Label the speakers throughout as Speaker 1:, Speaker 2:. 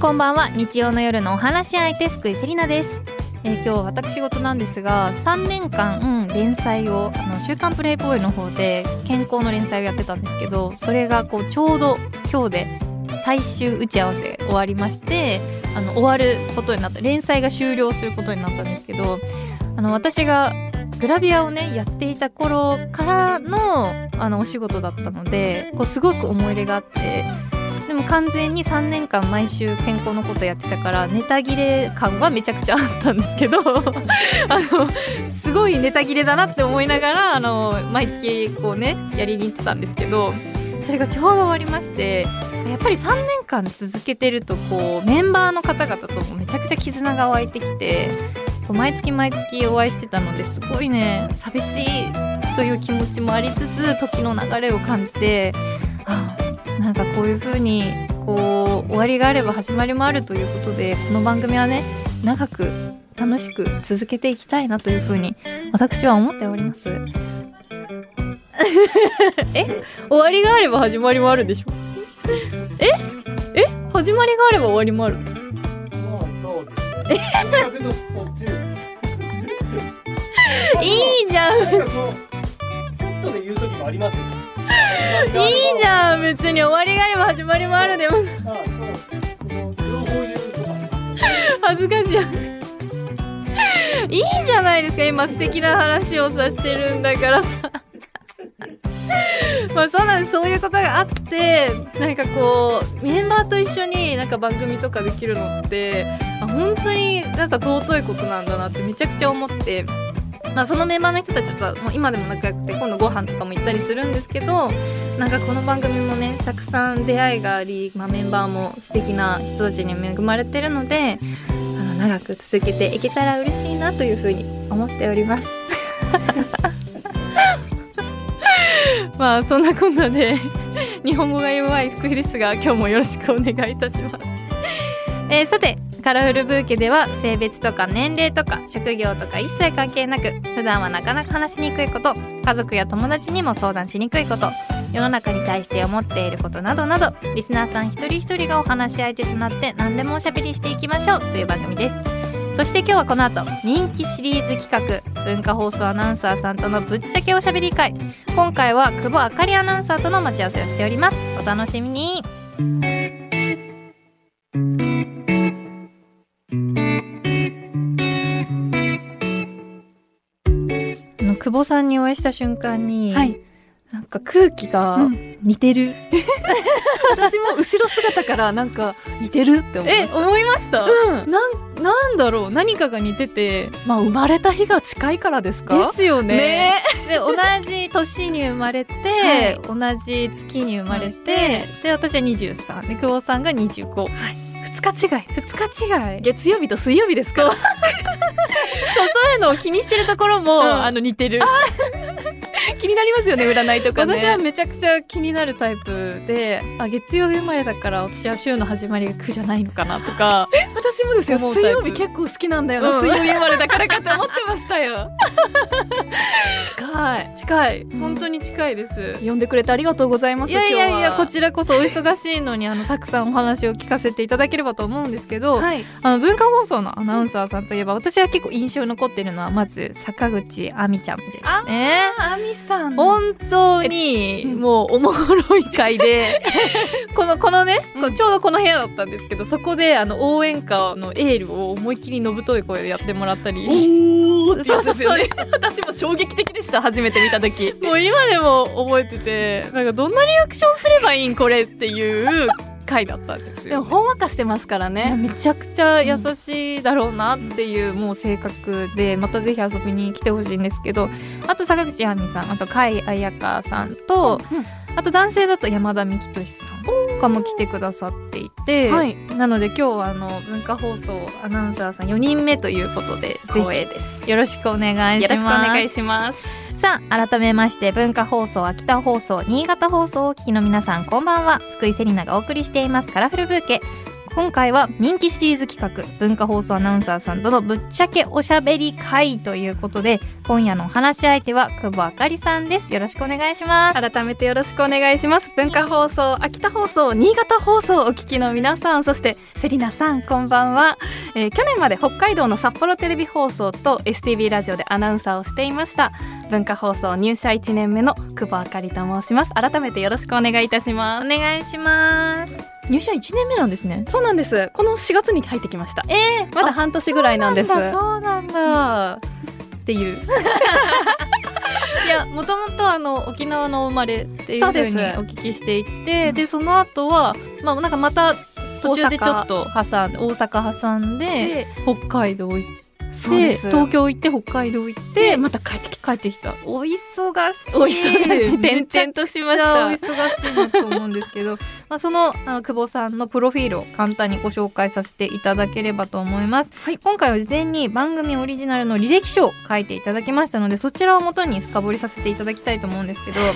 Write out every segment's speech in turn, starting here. Speaker 1: こんばんは日曜の夜のお話し相手福井セリナです、えー今日私事なんですが3年間、うん連載をあの週刊プレイボーイの方で健康の連載をやってたんですけどそれがこうちょうど今日で最終打ち合わせ終わりましてあの終わることになった連載が終了することになったんですけどあの私がグラビアをねやっていた頃からのあのお仕事だったのでこうすごく思い入れがあってでも完全に3年間毎週健康のことやってたからネタ切れ感はめちゃくちゃあったんですけど あのすごいネタ切れだなって思いながらあの毎月こうねやりに行ってたんですけどそれがちょうど終わりましてやっぱり3年間続けてるとこうメンバーの方々ともめちゃくちゃ絆が湧いてきてこう毎月毎月お会いしてたのですごいね寂しいという気持ちもありつつ時の流れを感じてあなんかこういう風にこう終わりがあれば始まりもあるということでこの番組はね長く楽しく続けていきたいなという風に私は思っております え終わりがあれば始まりもあるでしょええ始まりがあれば終わりもある
Speaker 2: まあそうですね。風のそっちですね。
Speaker 1: いいじゃん
Speaker 2: なんかそのセットで言う時もありますよ。
Speaker 1: いいじゃん別に終わりがあれば始まりもあるでも
Speaker 2: ゃん。あ、そう。この両方言うとか。
Speaker 1: 恥ずかしいいいじゃないですか今素敵な話をさしてるんだからさ まあそうなんですそういうことがあってなんかこうメンバーと一緒になんか番組とかできるのってあ本当になんか尊いことなんだなってめちゃくちゃ思って。まあ、そのメンバーの人たちとはもう今でも仲良くて今度ご飯とかも行ったりするんですけどなんかこの番組もねたくさん出会いがあり、まあ、メンバーも素敵な人たちに恵まれてるのであの長く続けていけたら嬉しいなというふうに思っております まあそんなこんなで日本語が弱い福井ですが今日もよろしくお願いいたします、えーさてカラフルブーケでは性別とか年齢とか職業とか一切関係なく普段はなかなか話しにくいこと家族や友達にも相談しにくいこと世の中に対して思っていることなどなどリスナーさん一人一人がお話し相手となって何でもおしゃべりしていきましょうという番組ですそして今日はこの後人気シリーズ企画文化放送アナウンサーさんとのぶっちゃけおしゃべり会今回は久保あかりアナウンサーとの待ち合わせをしておりますお楽しみにあの久保さんにお会いした瞬間に、
Speaker 3: はい、
Speaker 1: なんか空気が似てる、
Speaker 3: 私も後ろ姿からなんか似てるって思いま
Speaker 1: え
Speaker 3: した。
Speaker 1: 思いました、
Speaker 3: うん、
Speaker 1: なんなんだろう何かが似てて
Speaker 3: まあ生まれた日が近いからですか。
Speaker 1: すよ
Speaker 3: ね
Speaker 1: で同じ年に生まれて、同じ月に生まれて、で私は23で久保さんが25、五
Speaker 3: 二日違い。
Speaker 1: 2日違い
Speaker 3: 月曜日と水曜日ですから。
Speaker 1: そういうのを気にしてるところも、
Speaker 3: うん
Speaker 1: あの似てる
Speaker 3: 気になります よね占いとかね。
Speaker 1: 私はめちゃくちゃ気になるタイプであ月曜日生まれだから私は週の始まりが9じゃないのかなとか
Speaker 3: 私もですよ。
Speaker 1: 思う
Speaker 3: 水
Speaker 1: タイプ
Speaker 3: 曜日結構好きなんだよな。
Speaker 1: うん
Speaker 3: 水曜日生まれだからかって思ってました よ。近い。
Speaker 1: 近い
Speaker 3: ん
Speaker 1: 本当に近いです、
Speaker 3: 呼んでくれてありがとうございます。
Speaker 1: いやいやいやこ
Speaker 3: 今日は
Speaker 1: ちらこそお忙しいのにあのたくさんお話を聞かせていただければと思うんですけど、
Speaker 3: はい。
Speaker 1: あの文化放送のアナウンサーさんといえば私は結構印象に残ってるのはまず坂口亜美ちゃんですね。
Speaker 3: あみさん。
Speaker 1: 本当に
Speaker 3: うん
Speaker 1: もうおもろい回 でこのこのねこうちょうどこの部屋だったんですけどそこであの応援歌のエールを思いっきりのぶとい声でやってもらったり
Speaker 3: お
Speaker 1: ーっ
Speaker 3: ーってて
Speaker 1: や
Speaker 3: や
Speaker 1: つで
Speaker 3: つですす
Speaker 1: よ
Speaker 3: よ
Speaker 1: ね
Speaker 3: ね。私も衝撃的でした。初めて見た 時。
Speaker 1: もう今でも覚えててなんかどんなリアクションすればいいんこれっていう回だったんです
Speaker 3: で
Speaker 1: よ
Speaker 3: も。ほんわかしてますか
Speaker 1: い
Speaker 3: ら
Speaker 1: や
Speaker 3: ね。
Speaker 1: めちゃくちゃ優しいだろうなっていうもう性格でまたぜひ遊びに来てほしいんですけどあと坂口亜美さんあと甲斐彩香さんと、
Speaker 3: うん
Speaker 1: あと男性だと山田幹俊さんとかも来てくださっていて、
Speaker 3: はい
Speaker 1: なので今日はあの文化放送アナウンサーさん4人目ということで
Speaker 3: 光
Speaker 1: ぜ
Speaker 3: 栄です。
Speaker 1: ひよろしくお願いします。
Speaker 3: します。
Speaker 1: さあ改めまして文化放送秋田放送新潟放送をお聞きの皆さんこんばんは福井セリナがお送りしていますカラフルブーケ今回は人気シリーズ企画文化放送アナウンサーさんとのぶっちゃけおしゃべり会ということで今夜のお話し相手は久保あかりさんですよろしくお願いします
Speaker 3: 改めてよろしくお願いします文化放送秋田放送新潟放送をお聞きの皆さんそしてセリナさんこんばんは、えー去年まで北海道の札幌テレビ放送と STB ラジオでアナウンサーをしていました文化放送入社1年目の久保あかりと申します改めてよろしくお願いいたしま
Speaker 1: お
Speaker 3: す
Speaker 1: 願いします
Speaker 4: 入社1年目なんですね
Speaker 3: そうなんですこの4月に入ってきました
Speaker 1: えー
Speaker 3: まだ半年ぐらいなんです
Speaker 1: そうなんだっていういやもともとあの沖縄の生まれっていうふ
Speaker 3: そううで
Speaker 1: に
Speaker 3: す
Speaker 1: お聞きしていてでその後はまあなんかまた途中でちょっと挟んで大阪挟んで
Speaker 3: で
Speaker 1: 北海道行って
Speaker 3: そうです
Speaker 1: 東京行って北海道行って
Speaker 3: でまた帰ってきて
Speaker 1: 帰ってきたお忙しい
Speaker 3: お忙しい
Speaker 1: め
Speaker 3: 転
Speaker 1: ちゃ
Speaker 3: 々とし
Speaker 1: め
Speaker 3: ま
Speaker 1: ち
Speaker 3: し
Speaker 1: ゃ
Speaker 3: た
Speaker 1: お忙しいなと思うんですけど まあそのあの久保さんのプロフィールを簡単にご紹介させていただければと思います、
Speaker 3: はい
Speaker 1: 今回は事前に番組オリジナルの履歴書を書いていただきましたのでそちらをもとに深掘りさせていただきたいと思うんですけど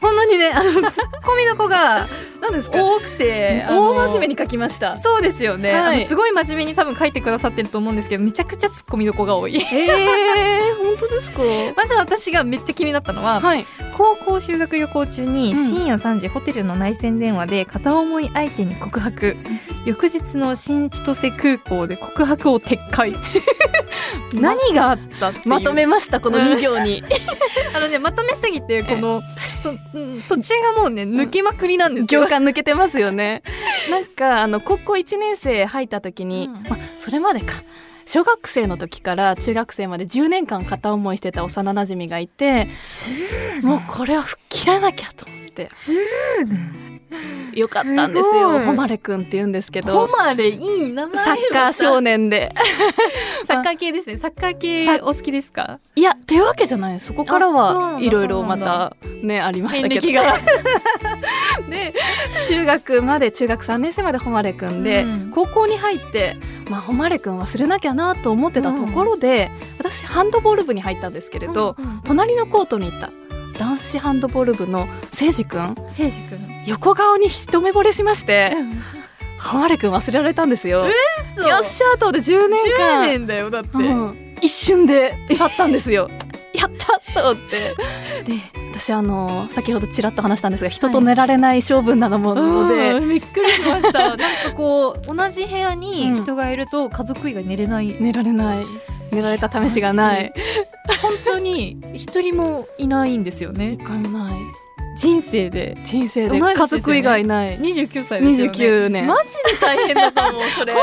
Speaker 1: 本当にねあのツッコミの子 が
Speaker 3: なんですか
Speaker 1: 多くてあの
Speaker 3: 大真面目に書きました
Speaker 1: そうですよね、
Speaker 3: はい
Speaker 1: あのすごい真面目に多分書いてくださってると思うんですけどめちゃくちゃツッコミの子が多い
Speaker 3: えー、本当ですか
Speaker 1: まず私がめっちゃ気になったのは、
Speaker 3: はい
Speaker 1: 高校修学旅行中に
Speaker 3: うん
Speaker 1: 深夜3時、ホテルの内線電話で片思い相手に告白翌日の新千歳空港で告白を撤 回何があったっていう
Speaker 3: まとめましたこの2行 に
Speaker 1: あのねまとめすぎてこのそうん途中がもうね抜けまくりなんですよ
Speaker 3: 行間抜けてますよねなんかあの高校1年生入った時に、
Speaker 1: うん
Speaker 3: まあそれまでか小学生の時から中学生まで10年間片思いしてた幼なじみがいてもうこれは吹っ切らなきゃと思ってよかったんです
Speaker 1: すご
Speaker 3: よ
Speaker 1: い
Speaker 3: 誉くんって言うんですけ
Speaker 1: ホ
Speaker 3: ど
Speaker 1: マレいい名前
Speaker 3: サッカー少年で
Speaker 1: サッカー系ですねサッカー
Speaker 3: サ
Speaker 1: 系
Speaker 3: ッ
Speaker 1: お好きですか
Speaker 3: いやというわけじゃないそこから
Speaker 1: あそうなん
Speaker 3: は
Speaker 1: だ
Speaker 3: いろいろ
Speaker 1: そうな
Speaker 3: ま
Speaker 1: ん
Speaker 3: た
Speaker 1: だ
Speaker 3: ねありましたけど
Speaker 1: 遍歴が
Speaker 3: で中学まで中学3年生まで誉くんで、
Speaker 1: うん
Speaker 3: 高校に入って、まあ、誉くん忘れなきゃなと思ってたところで、私ハンドボール部に入ったんですけれど、隣のコートにいた男子ハンドボール部の誠司くん
Speaker 1: せいじくん
Speaker 3: 横顔に一目惚れしまして誉くん忘れられたんですよ。よっしゃーと思って10年間
Speaker 1: 10年だよだって、
Speaker 3: うん一瞬で去ったんですよ やったと思ってで私あの先ほどちらっと話したんですが人と寝られない性分なのもので、
Speaker 1: うんびっくりしましたな んかこう同じ部屋に人がいると家族以外寝れない、
Speaker 3: 寝られない寝られた試しがない
Speaker 1: 本当に一人もいないんですよね
Speaker 3: 一回もない
Speaker 1: 人生で
Speaker 3: 人生で
Speaker 1: 同い年ですよ
Speaker 3: 家
Speaker 1: ね
Speaker 3: 族以外ない、
Speaker 1: 29歳ですよね
Speaker 3: 29年、
Speaker 1: マジで大変だと思うそれ
Speaker 3: 本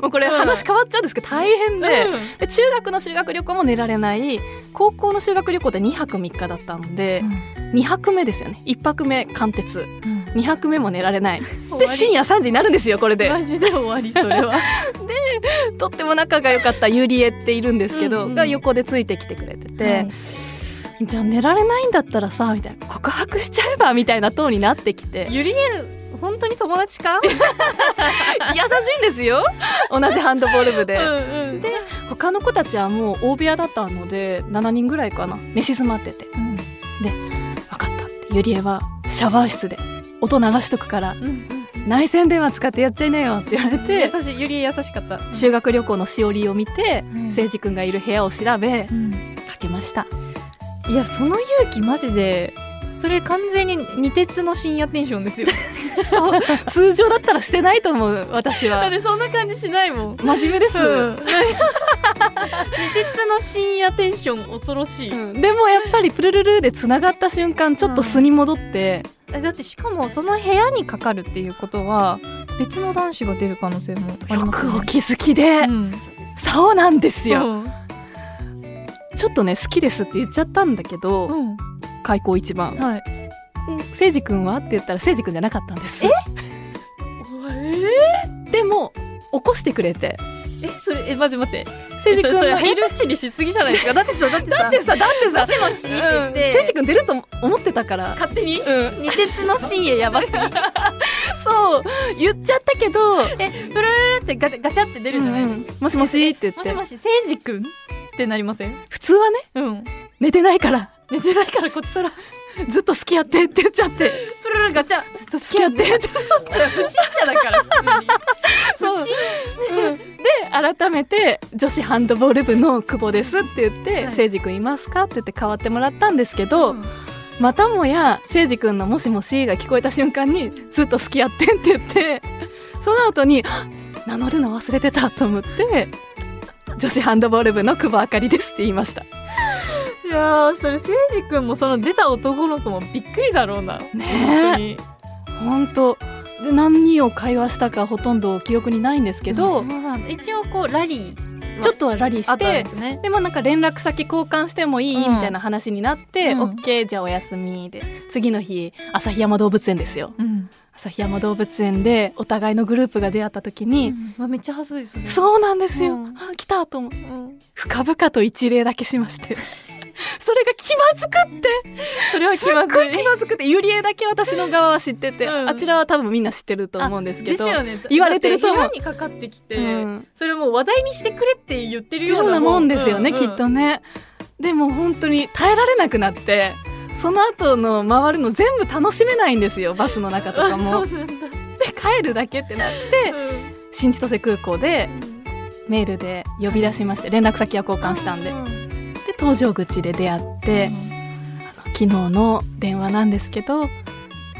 Speaker 3: もうこれ話変わっちゃうんですけど大変で,、
Speaker 1: うん
Speaker 3: で中学の修学旅行も寝られない高校の修学旅行で2泊3日だったので、2泊目ですよね1泊目貫徹
Speaker 1: うん
Speaker 3: 2泊目も寝られ ない
Speaker 1: 終わ
Speaker 3: で
Speaker 1: り
Speaker 3: 深夜3時になるんですよこれで
Speaker 1: マジで終わりそれは
Speaker 3: とっても仲が良かったユリエっているんですけど
Speaker 1: うんうん
Speaker 3: が横でついてきてくれてて、じゃあ寝られないんだったらさみたいな告白しちゃえばみたいなトーンになってきて
Speaker 1: ゆりえ本当に友達か
Speaker 3: 優しいんですよ同じハンドボール部で、
Speaker 1: んうん
Speaker 3: で他の子たちはもう大部屋だったので7人ぐらいかな寝静まってて
Speaker 1: うん
Speaker 3: 「分かった」ってゆりえはシャワー室で音流しとくから
Speaker 1: うん
Speaker 3: 内線電話使ってやっちゃいなよって言われて
Speaker 1: 優しいゆりえ優しかった
Speaker 3: 修学旅行のしおりを見て
Speaker 1: うん
Speaker 3: 誠司君がいる部屋を調べ
Speaker 1: うん
Speaker 3: かけました
Speaker 1: いやその勇気マジでそれ完全に二鉄の深夜テンションです よ
Speaker 3: そう 通常だったらしてないと思う私 は
Speaker 1: てそんな感じしないもん
Speaker 3: 真面目です、
Speaker 1: うん、二鉄の深夜テンション恐ろしい、
Speaker 3: うんでもやっぱりプルルルでつながった瞬間ちょっと素に戻って、
Speaker 1: えだってしかもその部屋にかかるっていうことは別の男子が出る可能性もあり
Speaker 3: よ
Speaker 1: ます
Speaker 3: くお
Speaker 1: ね
Speaker 3: 気づきで、
Speaker 1: うん
Speaker 3: そうなんですよ、
Speaker 1: うん
Speaker 3: ちょっとね好きですって言っちゃったんだけど、
Speaker 1: うん
Speaker 3: 開口一番
Speaker 1: はい
Speaker 3: 「せいじくんは?」って言ったらせいじくんじゃなかったんですでも起こしてくれて
Speaker 1: えそれえ待って待って
Speaker 3: せいじくんの
Speaker 1: ヘ
Speaker 3: い
Speaker 1: ルチにしすぎじゃないですかだってさだってさ
Speaker 3: だってさだってさ
Speaker 1: もしもしって言って
Speaker 3: せいじくん出ると思ってたから
Speaker 1: 勝手に
Speaker 3: うん
Speaker 1: 二鉄の深夜やばすぎ
Speaker 3: そう言っちゃったけど
Speaker 1: えプルルルってガチャガチャって出るじゃないですか、
Speaker 3: うんもしもしって言って
Speaker 1: もしもしせいじくんってなりません
Speaker 3: 普通はね
Speaker 1: うん
Speaker 3: 寝てないから
Speaker 1: 寝てないからこっちとら
Speaker 3: ずっと好きやってって言っちゃって
Speaker 1: プルル
Speaker 3: ルガチャずっと好きやってる
Speaker 1: 不審者だから普通に
Speaker 3: そう、うん、で改めて女子ハンドボール部の久保ですって言って
Speaker 1: は
Speaker 3: 「
Speaker 1: い
Speaker 3: せいじくんいますか?」って言って代わってもらったんですけど、
Speaker 1: うん
Speaker 3: またもやせいじくんの「もしもし」が聞こえた瞬間にずっと「好きやってん」って言ってその後にあ「名乗るの忘れてた」と思って「女子ハンドボール部の久保あかりです」って言いました
Speaker 1: いやーそれせいじくんもその出た男の子もびっくりだろうな本当
Speaker 3: ね
Speaker 1: に
Speaker 3: えほんとで何を会話したかほとんど記憶にないんですけ
Speaker 5: う
Speaker 3: ど
Speaker 5: んそうなんだ一応こうラリー
Speaker 3: ちょっとはラリー
Speaker 5: あっ
Speaker 3: し
Speaker 5: たん
Speaker 3: て
Speaker 5: ですね
Speaker 3: でまあなんか連絡先交換してもいい、
Speaker 5: うん
Speaker 3: みたいな話になって、
Speaker 5: うん
Speaker 3: オッケーじゃあお休みで次の日旭山動物園ですよ
Speaker 5: うん、
Speaker 3: 旭山動物園でお互いのグループが出会った時に、
Speaker 5: うわめっちゃはずいそれ
Speaker 3: そうなんですよ、
Speaker 5: うん
Speaker 3: あ来たと思う
Speaker 5: うん
Speaker 3: 深々と一礼だけしまして それが気まずくって
Speaker 1: それは気
Speaker 3: すっ
Speaker 1: ま
Speaker 3: ご
Speaker 1: ず
Speaker 3: い
Speaker 1: い
Speaker 3: 気まずくてゆりえだけ私の側は知ってて、
Speaker 1: うん
Speaker 3: あちらは多分みんな知ってると思うんですけ
Speaker 1: です
Speaker 3: ど
Speaker 1: よね
Speaker 3: 言われてると思う
Speaker 1: だって部屋にかかってきて、
Speaker 3: うん
Speaker 1: それもう話題にしてくれって言ってる
Speaker 3: よ
Speaker 1: よ
Speaker 3: う
Speaker 1: う
Speaker 3: な
Speaker 1: な
Speaker 3: もんですよね、
Speaker 1: うん
Speaker 3: きっとねでも本当に耐えられなくなってその後の回るの全部楽しめないんですよバスの中とか
Speaker 1: あそ
Speaker 3: も
Speaker 1: うなんだ
Speaker 3: で帰るだけってなって新千歳空港でメールで呼び出しまして連絡先は交換したんで
Speaker 1: う
Speaker 3: で搭乗口で出会ってあの昨日の電話なんですけど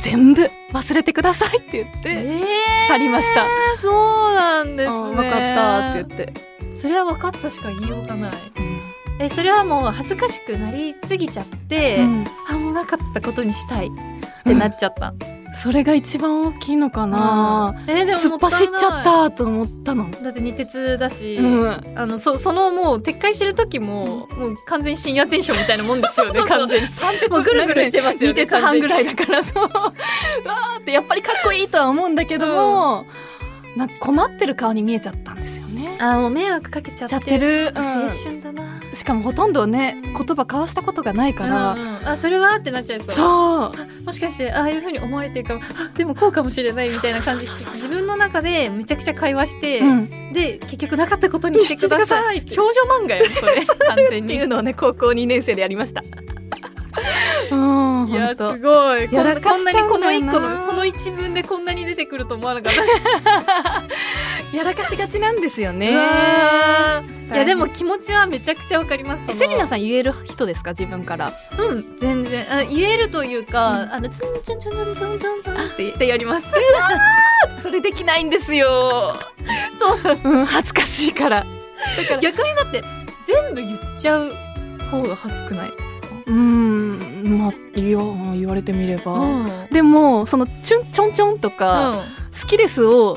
Speaker 3: 全部忘れてくださいって言っ
Speaker 1: え
Speaker 3: て
Speaker 1: ー、
Speaker 3: 去りました、
Speaker 1: そうなんですね
Speaker 3: あ分かったって言って
Speaker 1: それは分かったしか言いようがない
Speaker 5: えそれはもう恥ずかしくなりすぎちゃって、あもうなかったことにしたいってなっちゃった、
Speaker 3: うんそれが一番大きいのかな、
Speaker 1: えーで
Speaker 3: 突
Speaker 1: ももっ
Speaker 3: っ
Speaker 1: たいない
Speaker 3: 走っちゃったと思ったの。
Speaker 1: だって二鉄だし、
Speaker 3: うん、
Speaker 1: あのそそのもう撤回してる時も、もう完全に深夜テンションみたいなもんですよね
Speaker 3: そうそうそ
Speaker 1: 完
Speaker 3: う
Speaker 1: 全にもうぐるぐるしてますよね
Speaker 3: 二鉄半ぐ
Speaker 1: い
Speaker 3: らいだからそううわーってやっぱりかっこいいとは思うんだけども、なんか困ってる顔に見えちゃったんですよね。
Speaker 5: あもう迷惑かけちゃっ
Speaker 3: ちゃ
Speaker 5: て
Speaker 3: ってる、うん
Speaker 5: 青春だな、
Speaker 3: しかもほとんどね言葉交わしたことがないから、
Speaker 1: うんうんあそれはってなっちゃいそう
Speaker 3: そう
Speaker 1: もしかしてああいうふうに思われてるかも あでもこうかもしれないみたいな感じで
Speaker 3: そうそうそう
Speaker 1: 自
Speaker 3: そう
Speaker 1: 分の中でめちゃくちゃ会話して、
Speaker 3: うん、
Speaker 1: で結局なかったことにしてく ださい
Speaker 3: してください
Speaker 1: 少女漫画よそ れ完全
Speaker 3: って
Speaker 1: に
Speaker 3: いうのをね高校2年生でやりました。うん
Speaker 1: いや
Speaker 3: ほんと
Speaker 1: すごいこ
Speaker 3: や
Speaker 1: んな
Speaker 3: らか
Speaker 1: こん
Speaker 3: しち
Speaker 1: な
Speaker 3: ゃ
Speaker 1: に
Speaker 3: う
Speaker 1: こ
Speaker 3: んだ
Speaker 1: の
Speaker 3: よ
Speaker 1: 一
Speaker 3: な
Speaker 1: 個のこの一文でこんなに出てくると思わなかった
Speaker 3: やらかしがちなんですよね。
Speaker 1: うわーい
Speaker 3: 大変
Speaker 1: やでも気持ちはめちゃくちゃわかりますそ
Speaker 3: え
Speaker 1: の
Speaker 3: セリナさん言える人ですか自分から。
Speaker 1: うん全然あ言えるというか、あのツンツンツンツンツンツンツンってってやります
Speaker 3: それできないんですよ。そう、うん、恥ずかしいから。
Speaker 1: 逆にだって全部言っちゃう方が恥ずくないですか
Speaker 3: うん、まあ、いや、言われてみれば。
Speaker 1: うん
Speaker 3: でも、そのちゅんちょんちょんとか、
Speaker 1: うん
Speaker 3: 好きですを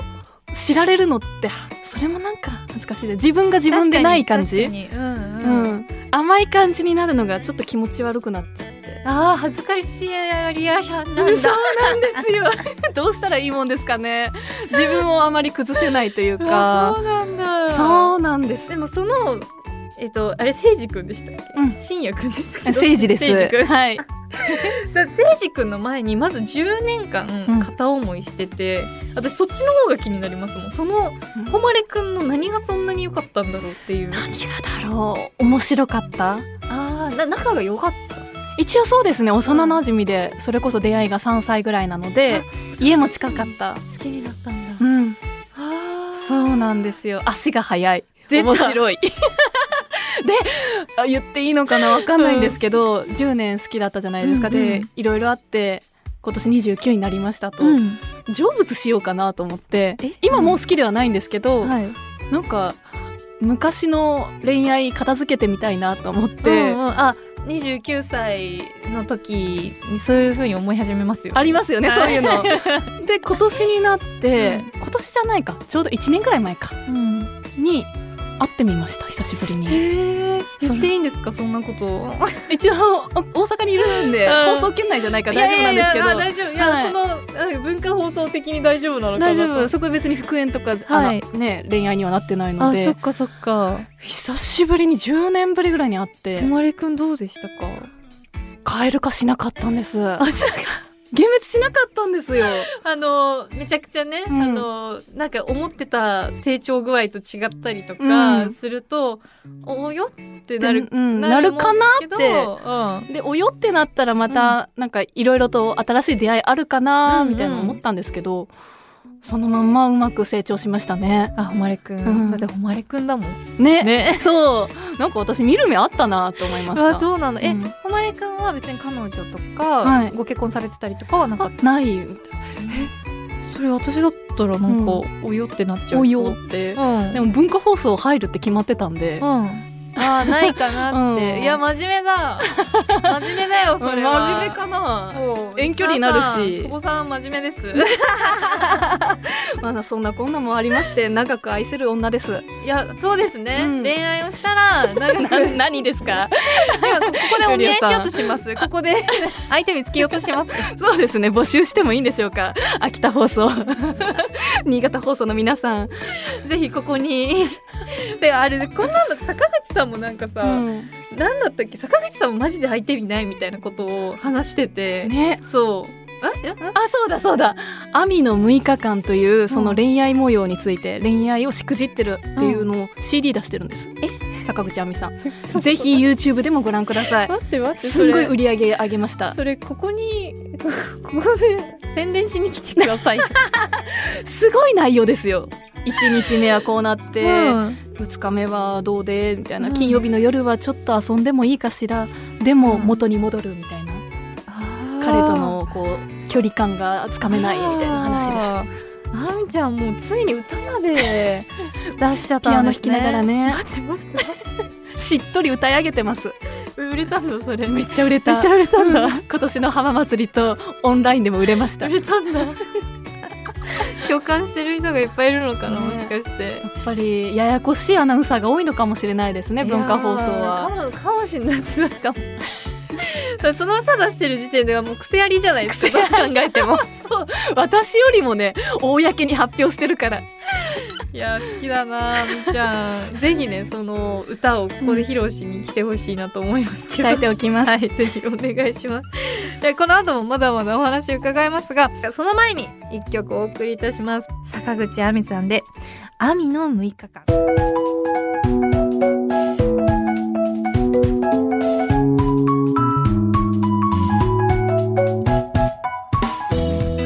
Speaker 3: 知られるのって、はそれもなんか恥ずかしいね。自分が自分でない感じ。
Speaker 1: 確かに確かに
Speaker 3: う
Speaker 1: うんうん、
Speaker 3: ん、甘い感じになるのがちょっと気持ち悪くなっちゃって。
Speaker 1: ああ恥ずかしいやり屋さんなんだ
Speaker 3: そうなんですよ。 どうしたらいいもんですかね。自分をあまり崩せないという
Speaker 1: うわ
Speaker 3: か。
Speaker 1: そうなんだ
Speaker 3: そうなんです
Speaker 1: で。もそのえっとあれせいじくんでしたっけ、
Speaker 3: うん
Speaker 1: しんやくんでしたっけ
Speaker 3: あ政治です。
Speaker 1: せいじくん
Speaker 3: はい。
Speaker 1: だってせいじくんの前にまず10年
Speaker 3: うん
Speaker 1: 間片思いしてて、私そっちの方が気になりますもんその誉れくんの何がそんなに良かったんだろうって いう
Speaker 3: 何がだろう面白かった
Speaker 1: ああな仲が良かった
Speaker 3: 一応そうですね幼なじみでそれこそ出会いが3歳ぐらいなので家も近かった
Speaker 1: 好きになったんだ
Speaker 3: うん
Speaker 1: あー
Speaker 3: そうなんですよ足が速い
Speaker 1: 出た
Speaker 3: 面白い であ言っていいのかなわかんないんですけど、10年好きだったじゃないですか、
Speaker 5: うんう
Speaker 3: でいろいろあって今年29になりましたと、
Speaker 5: うん
Speaker 3: 成仏しようかなと思って
Speaker 5: え
Speaker 3: 今もう好きではないんですけど、
Speaker 5: はい、
Speaker 3: なんか昔の恋愛片付けてみたいなと思って、
Speaker 1: うんうん、あ29歳の時にそういうふうに思い始めますよ
Speaker 3: ありますよね、
Speaker 1: はい
Speaker 3: そうい うの。で今年になって、今年じゃないかちょうど1年くらい前か
Speaker 5: うん、
Speaker 3: に会ってみました久しぶりに。
Speaker 1: え言
Speaker 3: それ
Speaker 1: っていいんですかそんなことを
Speaker 3: 一応お大阪にいるんで、
Speaker 1: うん
Speaker 3: 放送圏内じゃないから大丈夫なんですけど。
Speaker 1: いやいやいやまあ大丈夫いや、
Speaker 3: はい
Speaker 1: このうん文化放送的に大丈夫なのかな
Speaker 3: 大
Speaker 1: と
Speaker 3: 丈夫そこ別に復縁とか、あの
Speaker 5: はい
Speaker 3: ね恋愛にはなってないの
Speaker 1: あそ
Speaker 3: で
Speaker 1: っかそっか
Speaker 3: 久しぶりに10年ぶりぐらいに会って
Speaker 1: 誉れくんどうでしたか
Speaker 3: カエル化しなかったんです
Speaker 1: あ、しなかっ
Speaker 3: 幻滅しなかったんですよ。
Speaker 1: あのめちゃくちゃね、
Speaker 3: うん
Speaker 1: あのなんか思ってた成長具合と違ったりとか
Speaker 3: うん
Speaker 1: すると、およってなる、
Speaker 3: うん、なるかな
Speaker 1: って
Speaker 3: でおよってなったらまたなんかいろいろと新しい出会いあるかな
Speaker 1: うん
Speaker 3: みたいなの思ったんですけど、そのまんまうまく成長しましたね。
Speaker 1: あ、ほまれくん、
Speaker 3: うん
Speaker 1: だってほまれくんだもん。
Speaker 3: ね
Speaker 1: ね。
Speaker 3: そうなんか私見る目あったなと思いました。
Speaker 1: あ、そうなの。え、
Speaker 3: うん
Speaker 1: ほまれくんは別に彼女とか、
Speaker 3: はい
Speaker 1: ご結婚されてたりとかはなん
Speaker 3: あ
Speaker 1: か、
Speaker 3: ないみたい
Speaker 1: それ私だったらなんか、
Speaker 3: う
Speaker 1: およってなっちゃ
Speaker 3: な
Speaker 1: う。
Speaker 3: およって
Speaker 1: う。ん。
Speaker 3: でも文化放送入るって決まってたんで
Speaker 1: う、ん。あー、ないかなって。
Speaker 3: うん
Speaker 1: いや、真面目だ。真面目だよ、それは。
Speaker 3: 真面目かな。
Speaker 1: もう
Speaker 3: 遠距離になるし
Speaker 1: リスナーさん久保さん真面目です
Speaker 3: まだそんなこんなもありまして長く愛せる女です。
Speaker 1: いやそうですね、
Speaker 3: うん
Speaker 1: 恋愛をしたら長く
Speaker 3: な何ですか？
Speaker 1: なんかここでお見合い
Speaker 3: ゆりやさん
Speaker 1: しようとしますここで 相手見つけようとしてます
Speaker 3: そうですね募集してもいいんでしょうか秋田放 送新潟放送の皆さん、
Speaker 1: ぜひここにであれこんなの坂口さんもなんかさ、
Speaker 3: うん
Speaker 1: なんだったっけ坂口さんもマジで相手見ないみたいなことを話してて、
Speaker 3: ね
Speaker 1: そうええ
Speaker 3: あそうだそうだ「アミの6日間」というその恋愛模様について恋愛をしくじってるっていうのを CD 出してるんです、坂口亜美さんぜひ YouTube でもご覧ください
Speaker 1: 待って待って
Speaker 3: すんごい売り上げ上げました
Speaker 1: それここに こここで宣伝しに来てくださいよ、
Speaker 3: すごい内容ですよ1日目は こうなって、
Speaker 1: うん
Speaker 3: 2日目はどうでみたいな、
Speaker 1: うん
Speaker 3: 金曜日の夜はちょっと遊んでもいいかしらでも
Speaker 1: うん
Speaker 3: 元に戻るみたいな、彼とのこう距離感がつかめないみたいな話です
Speaker 1: す。あみちゃんもうついに歌まで出しちゃっ
Speaker 3: ピ
Speaker 1: た
Speaker 3: ア
Speaker 1: ん
Speaker 3: ノ
Speaker 1: で
Speaker 3: 弾
Speaker 1: す
Speaker 3: きながら
Speaker 1: ね。
Speaker 3: ね
Speaker 1: 待って待って
Speaker 3: しっとり歌い上げてます
Speaker 1: 売れたんだそれ。
Speaker 3: めっちゃ売れた
Speaker 1: めっちゃ売れたんだ
Speaker 3: う今年の浜祭りとオンラインでも売れました
Speaker 1: 売
Speaker 3: やっ
Speaker 1: れたん だ。共感してる人がいっぱいいるのかな、
Speaker 3: ね
Speaker 1: もしかして。
Speaker 3: ぱりややこしいアナウンサーが多いのかもしれないですね文化放送
Speaker 1: いやー。
Speaker 3: は
Speaker 1: かもかもしれないなんかも。だ からその歌出してる時点ではもう癖ありじゃないですか。どう考えても。
Speaker 3: そう私よりもね公に発表してるから
Speaker 1: いやー好きだなあみちゃん。ぜひねその歌をここで披露しに来てほしいなと思いますけど。
Speaker 3: 伝えておきます、
Speaker 1: はい、ぜひお願いします。で、この後もまだまだお話伺いますが、その前に一曲お送りいたします。
Speaker 5: 坂口亜美さんで「亜美の6日間」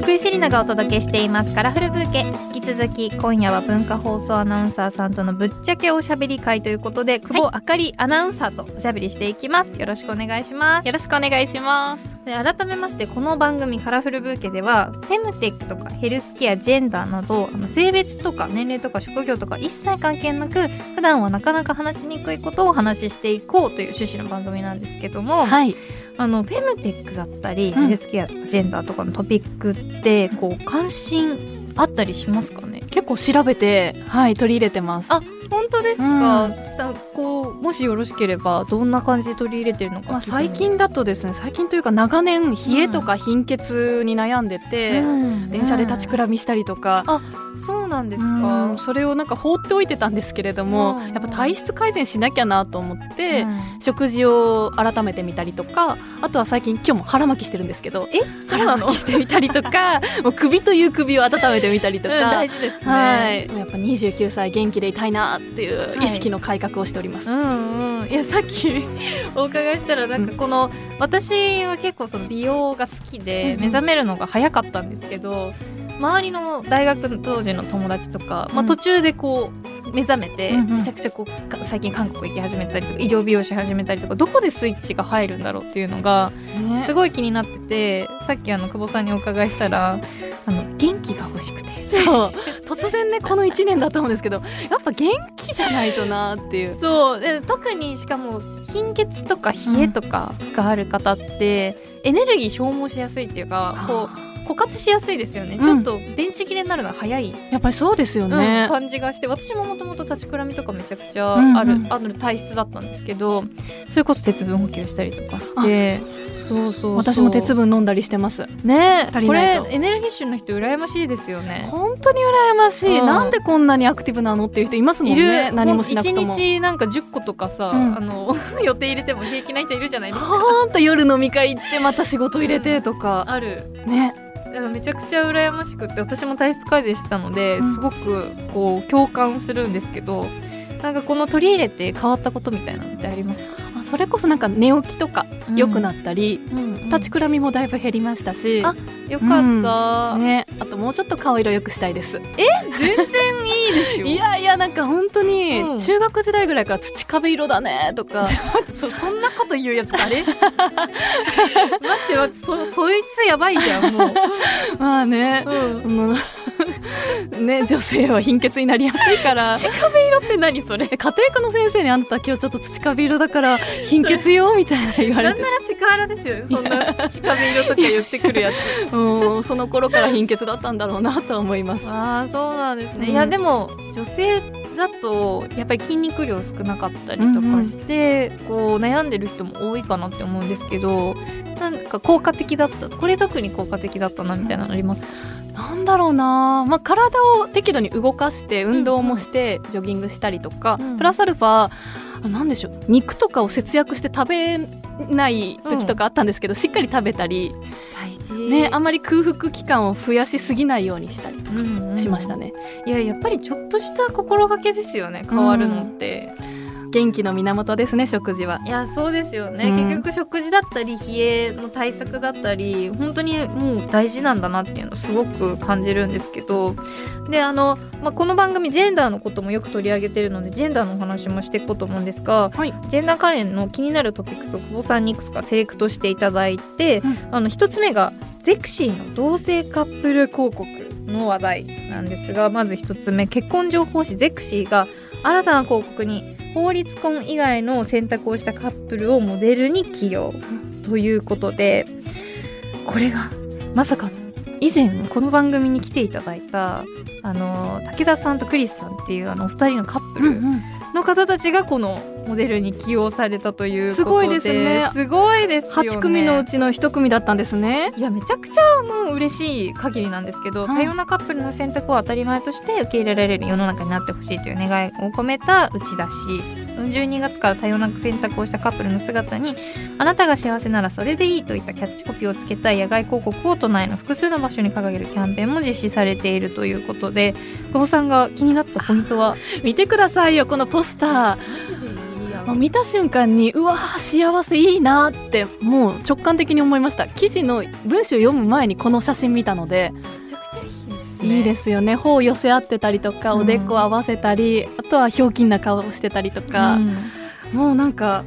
Speaker 5: 福井セリナがお届けしていますカラフルブーケ引き続き今夜は文化放送アナウンサーさんとのぶっちゃけおしゃべり会ということで久保あかりアナウンサーとおしゃべりしていきますよろしくお願いします
Speaker 6: よろしくお願いします
Speaker 5: で改めましてこの番組「カラフルブーケ」ではフェムテックとかヘルスケアジェンダーなどあの性別とか年齢とか職業とか一切関係なく普段はなかなか話しにくいことをお話ししていこうという趣旨の番組なんですけども、
Speaker 3: はい
Speaker 5: あのフェムテックだったり、
Speaker 3: うん
Speaker 5: ヘルスケアジェンダーとかのトピックってこう関心あったりしますかね
Speaker 3: 結構調べてはい取り入れてます
Speaker 5: あ本当です
Speaker 3: か
Speaker 5: こうもしよろしければどんな感じで取り入れてるのか、
Speaker 3: まあ、最、近だとですね最近というか長年冷えとか貧血に悩んでて、電車で立ちくらみしたりとか、
Speaker 5: そうなんですか、
Speaker 3: うんそれをなんか放っておいてたんですけれども、
Speaker 5: うん
Speaker 3: やっぱ体質改善しなきゃなと思って、食事を改めてみたりとかあとは最近今日も腹巻きしてるんですけど
Speaker 5: え
Speaker 3: 腹巻きしてみたりとかもう首という首を温めてみたりとか、
Speaker 1: 事ですねは。
Speaker 3: はいい、やっぱ29歳元気でいたいなっていう意識の改革をしております。
Speaker 1: うんうん、いやさっき お伺いしたらなんかこの、私は結構その美容が好きで
Speaker 3: うん
Speaker 1: 目覚めるのが早かったんですけど周りの大学の当時の友達とか、ま
Speaker 3: う
Speaker 1: あ、
Speaker 3: ん
Speaker 1: 途中でこう目覚めて
Speaker 3: うんうん
Speaker 1: めちゃくちゃこうか最近韓国行き始めたりとか医療美容師始めたりとかどこでスイッチが入るんだろうっていうのが
Speaker 3: ね
Speaker 1: すごい気になっててさっきあの久保さんにお伺いしたらあの元気が欲しくて
Speaker 3: そう突然ねこの1年だと思うんですけどやっぱ元気じゃないとなっていう
Speaker 1: そうで特にしかも貧血とか冷えとかがある方って、エネルギー消耗しやすいっていうかこう枯渇しやすいですよね、
Speaker 3: うん
Speaker 1: ちょっと電池切れになるのが早い、
Speaker 3: やっぱりそうですよ
Speaker 1: うん
Speaker 3: ね、
Speaker 1: 感じがして私ももともと立ちくらみとかめちゃくちゃ
Speaker 3: うんうん
Speaker 1: ある,、ある体質だったんですけどそれこそ鉄分補給したりとかしてそうそう
Speaker 3: 私も鉄分飲んだりしてます
Speaker 1: ね
Speaker 3: 足り
Speaker 1: こ
Speaker 3: ない
Speaker 1: れ
Speaker 3: と
Speaker 1: エネルギッシュな人羨ましいですよね
Speaker 3: 本当に羨ましい、
Speaker 1: うん
Speaker 3: なんでこんなにアクティブなのっていう人いますもん
Speaker 1: い
Speaker 3: ね
Speaker 1: る
Speaker 3: 何もしなく
Speaker 1: 一
Speaker 3: とも
Speaker 1: 日なんか10個とかさ、
Speaker 3: うん
Speaker 1: あの 予定入れても平気な人いるじゃないですか
Speaker 3: ほんと夜飲み会行ってまた仕事入れてとか
Speaker 1: ある
Speaker 3: ね
Speaker 1: だからめちゃくちゃ羨ましくって私も体質改善してたので、
Speaker 3: うん
Speaker 1: すごくこう共感するんですけどなんかこの取り入れて変わったことみたいなのってありますか、
Speaker 3: あそれこそなんか寝起きとか良くなったり、立ちくらみもだいぶ減りましたし、
Speaker 1: あよかった、
Speaker 3: ね、あともうちょっと顔色良くしたいです
Speaker 1: ですよ
Speaker 3: いやいやなんか本当に
Speaker 1: うん
Speaker 3: 中学時代ぐらいから土壁色だねとか
Speaker 1: そそんなこと言うやつ 誰待って待ってそそいつやばいじゃんもう、
Speaker 3: まあね
Speaker 1: うん、
Speaker 3: あの ね女性は貧血になりやすい から
Speaker 1: 土壁色って何それ
Speaker 3: 家庭科の先生にあんた今日ちょっと土壁色だから貧血よみたいな言われ
Speaker 1: なん
Speaker 3: て
Speaker 1: ならセクハラですよねそんな土壁色とか言ってくるやつ
Speaker 3: うんその頃から貧血だったんだろうなとは思います
Speaker 1: ああそうなんですね、
Speaker 3: うん
Speaker 1: いやでも女性だとやっぱり筋肉量少なかったりと
Speaker 3: うんうん
Speaker 1: かして、こう悩んでる人も多いかなって思うんですけどなんか効果的だったこれ特に効果的だったなみたいなのありますか
Speaker 3: なんだろうな、まあ、体を適度に動かして運動もしてジョギングしたりとか、
Speaker 1: うん
Speaker 3: プラスアルファあなんでしょう肉とかを節約して食べない時とかあったんですけど、しっかり食べたり、
Speaker 1: 大事
Speaker 3: ね、あんまり空腹期間を増やしすぎないようにしたり
Speaker 1: うんうん
Speaker 3: しましたね、
Speaker 1: いややっぱりちょっとした心がけですよね変わるのって、
Speaker 3: 元気の源ですね食事はい
Speaker 1: やそうですよね、
Speaker 3: うん
Speaker 1: 結局食事だったり冷えの対策だったり本当にもう大事なんだなっていうのをすごく感じるんですけどであの、まあ、この番組ジェンダーのこともよく取り上げてるのでジェンダーのお話もしていこうと思うんですが、
Speaker 3: はい
Speaker 1: ジェンダー関連の気になるトピックスを久保さんにいくつかセレクトしていただいて、
Speaker 3: うん
Speaker 1: あの一つ目がゼクシーの同性カップル広告の話題なんですがまず一つ目結婚情報誌ゼクシーが新たな広告に法律婚以外の選択をしたカップルをモデルに起用ということでこれがまさかの以前この番組に来ていただいたあの武田さんとクリスさんっていうあのお二人のカップルの方たちがこのモデルに起用されたということです
Speaker 3: ごいですね
Speaker 1: すごいですよね
Speaker 3: 8組のうちの1組だったんですね
Speaker 1: いやめちゃくちゃもう嬉しい限りなんですけど、
Speaker 3: はい
Speaker 1: 多様なカップルの選択を当たり前として受け入れられる世の中になってほしいという願いを込めた打ち出し12月から多様な選択をしたカップルの姿に「あなたが幸せならそれでいい」といったキャッチコピーをつけた野外広告を都内の複数の場所に掲げるキャンペーンも実施されているということで久保さんが気になったポイントは
Speaker 3: 見てくださいよこのポス
Speaker 1: マ
Speaker 3: ター
Speaker 1: ジでいいや
Speaker 3: もう見た瞬間にうわー幸せいいなーってもう直感的に思いました記事の文章を読む前にこの写真見たので
Speaker 1: めちゃくちゃいいですね。
Speaker 3: いいですよね頬を寄せ合ってたりとか
Speaker 1: うん
Speaker 3: おでこ合わせたり、あとはひょうきんな顔をしてたりと
Speaker 1: う
Speaker 3: か、
Speaker 1: ん
Speaker 3: もうなんか、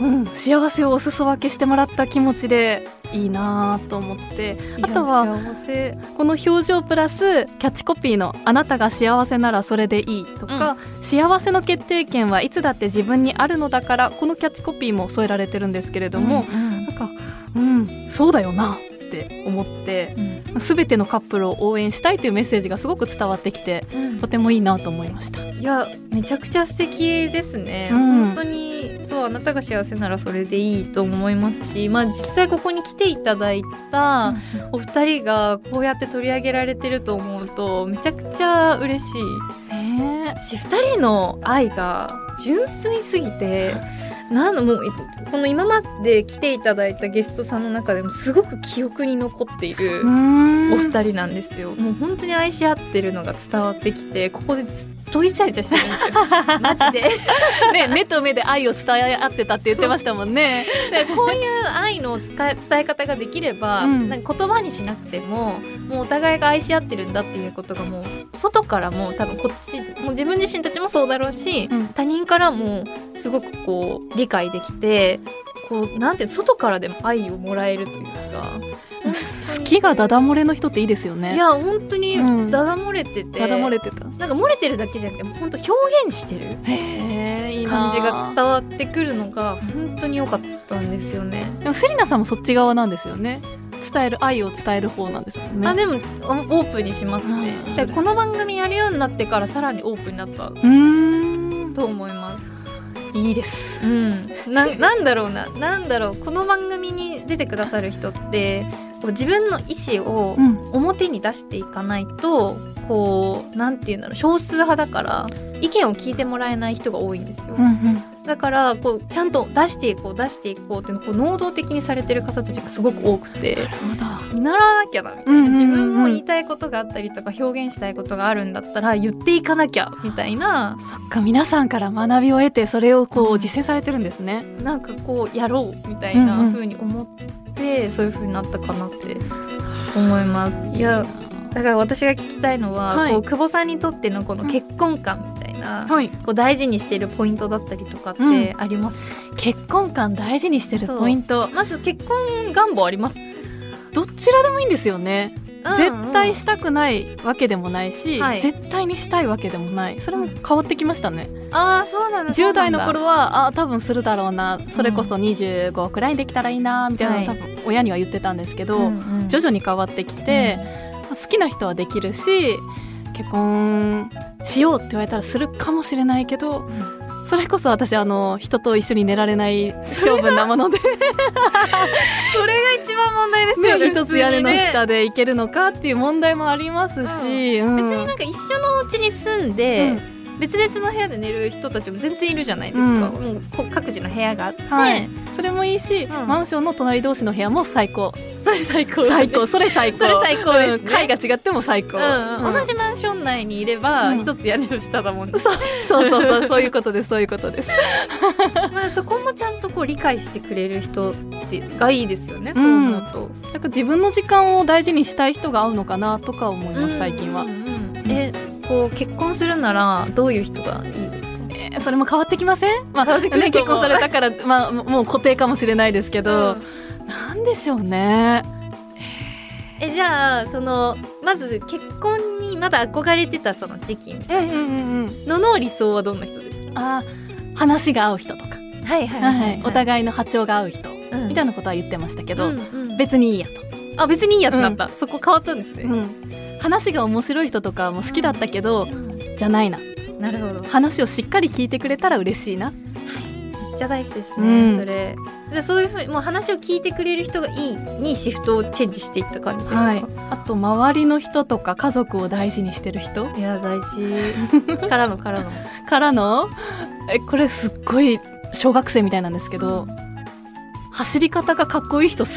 Speaker 3: うん、幸せをお裾分けしてもらった気持ちでいいなぁと思ってあとはい
Speaker 1: や幸せ
Speaker 3: この表情プラスキャッチコピーの「あなたが幸せならそれでいい」とか、幸せの決定権はいつだって自分にあるのだから」このキャッチコピーも添えられてるんですけれども、
Speaker 1: うんうん
Speaker 3: なんかうんそうだよなって思って全てのカップルを応援したいというメッセージがすごく伝わってきて
Speaker 1: うん
Speaker 3: とてもいいなと思いました。
Speaker 1: いやめちゃくちゃ素敵ですね、
Speaker 3: うん
Speaker 1: 本当にそうあなたが幸せならそれでいいと思いますし、まあ、実際ここに来ていただいたお二人がこうやって取り上げられてると思うとめちゃくちゃ嬉しい
Speaker 3: ね
Speaker 1: し二人の愛が純粋すぎて。なんもういこの今まで来ていただいたゲストさんの中でもすごく記憶に残っている
Speaker 3: うーん
Speaker 1: お二人なんですよもう本当に愛し合ってるのが伝わってきてここでずっとイチャイチャしてるんです よマジで
Speaker 3: ね 目と目で愛を伝え合ってたって言ってましたもんね。
Speaker 1: でこういう愛の伝え伝え方ができれば、
Speaker 3: うん
Speaker 1: なんか言葉にしなくてももうお互いが愛し合ってるんだっていうことがもう外からも多分こっちもう自分自身たちもそうだろうし、
Speaker 3: うん
Speaker 1: 他人からもすごくこう理解できてこうなんていうの外からでも愛をもらえるというか。
Speaker 3: 好きがダダ漏れの人っていいですよね。
Speaker 1: いや本当に
Speaker 3: うん
Speaker 1: だだ漏れてて、
Speaker 3: ダダ漏れてた。
Speaker 1: なんか漏れてるだけじゃなくてもう本当表現してる
Speaker 3: へえいい
Speaker 1: 感
Speaker 3: 感
Speaker 1: じ
Speaker 3: じ
Speaker 1: が
Speaker 3: が
Speaker 1: 伝わってくるのが本当に良かったんですよね。
Speaker 3: でもセリナさんもそっち側なんですよね。伝える愛を伝える方なんですもんね。
Speaker 1: あでもおオープンにしますね
Speaker 3: う。ん
Speaker 1: でこの番組やるようになってからさらにオープンになった
Speaker 3: うーん。
Speaker 1: と思います。
Speaker 3: いいです
Speaker 1: うん、な なんだろうななんだろうこの番組に出てくださる人ってこう自分の意思を
Speaker 5: うん
Speaker 1: 表に出していかないとこうなんていうんだろう少数派だから意見を聞いてもらえない人が多いんですよ、
Speaker 5: うんうん
Speaker 1: だからこうちゃんと出していこう出していこうっていうのをこう能動的にされてる方たちがすごく多くて見習わなきゃなみたいな、
Speaker 5: うんうんうんうん
Speaker 1: 自分も言いたいことがあったりとか表現したいことがあるんだったら言っていかなきゃみたいな
Speaker 3: そっか皆さんから学びを得てそれをこう実践されてるんですね
Speaker 1: なんかこうやろうみたいな
Speaker 5: うんうん
Speaker 1: 風に思って、そういう風になったかなって思います。いやだから私が聞きたいのは、
Speaker 3: はい
Speaker 1: こう久保さんにとってのこの結婚観みたいな、
Speaker 3: はい
Speaker 1: こう大事にしてるポイントだったりとかっ
Speaker 3: うん
Speaker 1: てありますか、
Speaker 3: 結婚観大事にしてるポイント
Speaker 1: まず結婚願望あります、
Speaker 3: どちらでもいいんですよね、絶対
Speaker 1: し
Speaker 3: したくないわけでもないし、
Speaker 1: はい
Speaker 3: 絶対にしたいわけでもないそれも変わってきましたね、
Speaker 1: ああそうなんだ
Speaker 3: 10代の
Speaker 1: は
Speaker 3: 頃はあー多分するだろうなそれこそ25くらいにできたらいいなみたいなのを多
Speaker 1: は
Speaker 3: 分親には言ってたんですけど、徐々に変わってきて、好きな人はできるし結婚しようって言われたらするかもしれないけど、それこそ私あの人と一緒に寝られない性分な もので、
Speaker 1: それが一番問題ですよね
Speaker 3: ね、一つ屋根の
Speaker 1: 普通にね
Speaker 3: 下でいけるのかっていう問題もありますし、うん
Speaker 1: 別になんか一緒のお家に住んで、
Speaker 3: う
Speaker 1: 別々の部屋で寝る人たちも全然いるじゃないですか、
Speaker 3: う
Speaker 1: もうこう各自の部屋があって、
Speaker 3: はいそれもいいし、
Speaker 1: うん
Speaker 3: マンションの隣同士の部屋も最高
Speaker 1: それ最高だね
Speaker 3: 最高それ最高
Speaker 1: それ最高です
Speaker 3: うん
Speaker 1: ね、
Speaker 3: 階が違っても最高、
Speaker 1: うんうん
Speaker 3: うん
Speaker 1: 同じマンション内にいれば、
Speaker 3: うん
Speaker 1: 一つ屋根の下だもんね
Speaker 3: そうそうそうそうそういうことですそういうことです
Speaker 1: まあそこもちゃんとこう理解してくれる人ってがいいですよねそう思うと、
Speaker 3: なんか自分の時間を大事にしたい人が合うのかなとか思います最近は
Speaker 1: うん、うんうんえこう結婚するならどういう人がいいですか
Speaker 3: えーそれも変わってきませんまあ、
Speaker 1: わってくる
Speaker 3: ね、
Speaker 1: と
Speaker 3: 結
Speaker 1: 思う
Speaker 3: 婚されたから、まあ、もうもう固定かもしれないですけど、なんでしょうね
Speaker 1: えじゃあそのまず結婚にまだ憧れてたその時期
Speaker 3: うんうんうんうん
Speaker 1: のの理想はどんな人ですか
Speaker 3: あー話が合う人とか、
Speaker 1: はいは
Speaker 3: はいお互いの波長が合う人
Speaker 1: うん
Speaker 3: みたいなことは言ってましたけ
Speaker 1: う
Speaker 3: ど、
Speaker 1: んうん
Speaker 3: 別にいいやと、
Speaker 1: あ別にいいやってなった、そこ変わったんですね、
Speaker 3: 話が面白い人とかも好きだったけど、
Speaker 1: う
Speaker 3: じゃないな
Speaker 1: なるほど
Speaker 3: 話をしっかり聞いてくれたら嬉しいな
Speaker 1: めっちゃ大事ですね、
Speaker 3: うん
Speaker 1: それでそういうふうにもう話を聞いてくれる人がいいにシフトをチェンジしていった感じですか、
Speaker 3: はい、あと周りの人とか家族を大事にしてる人
Speaker 1: いや大 事からのからの
Speaker 3: からのえこれすっごい小学生みたいなんですけど走り方がかっこいい人好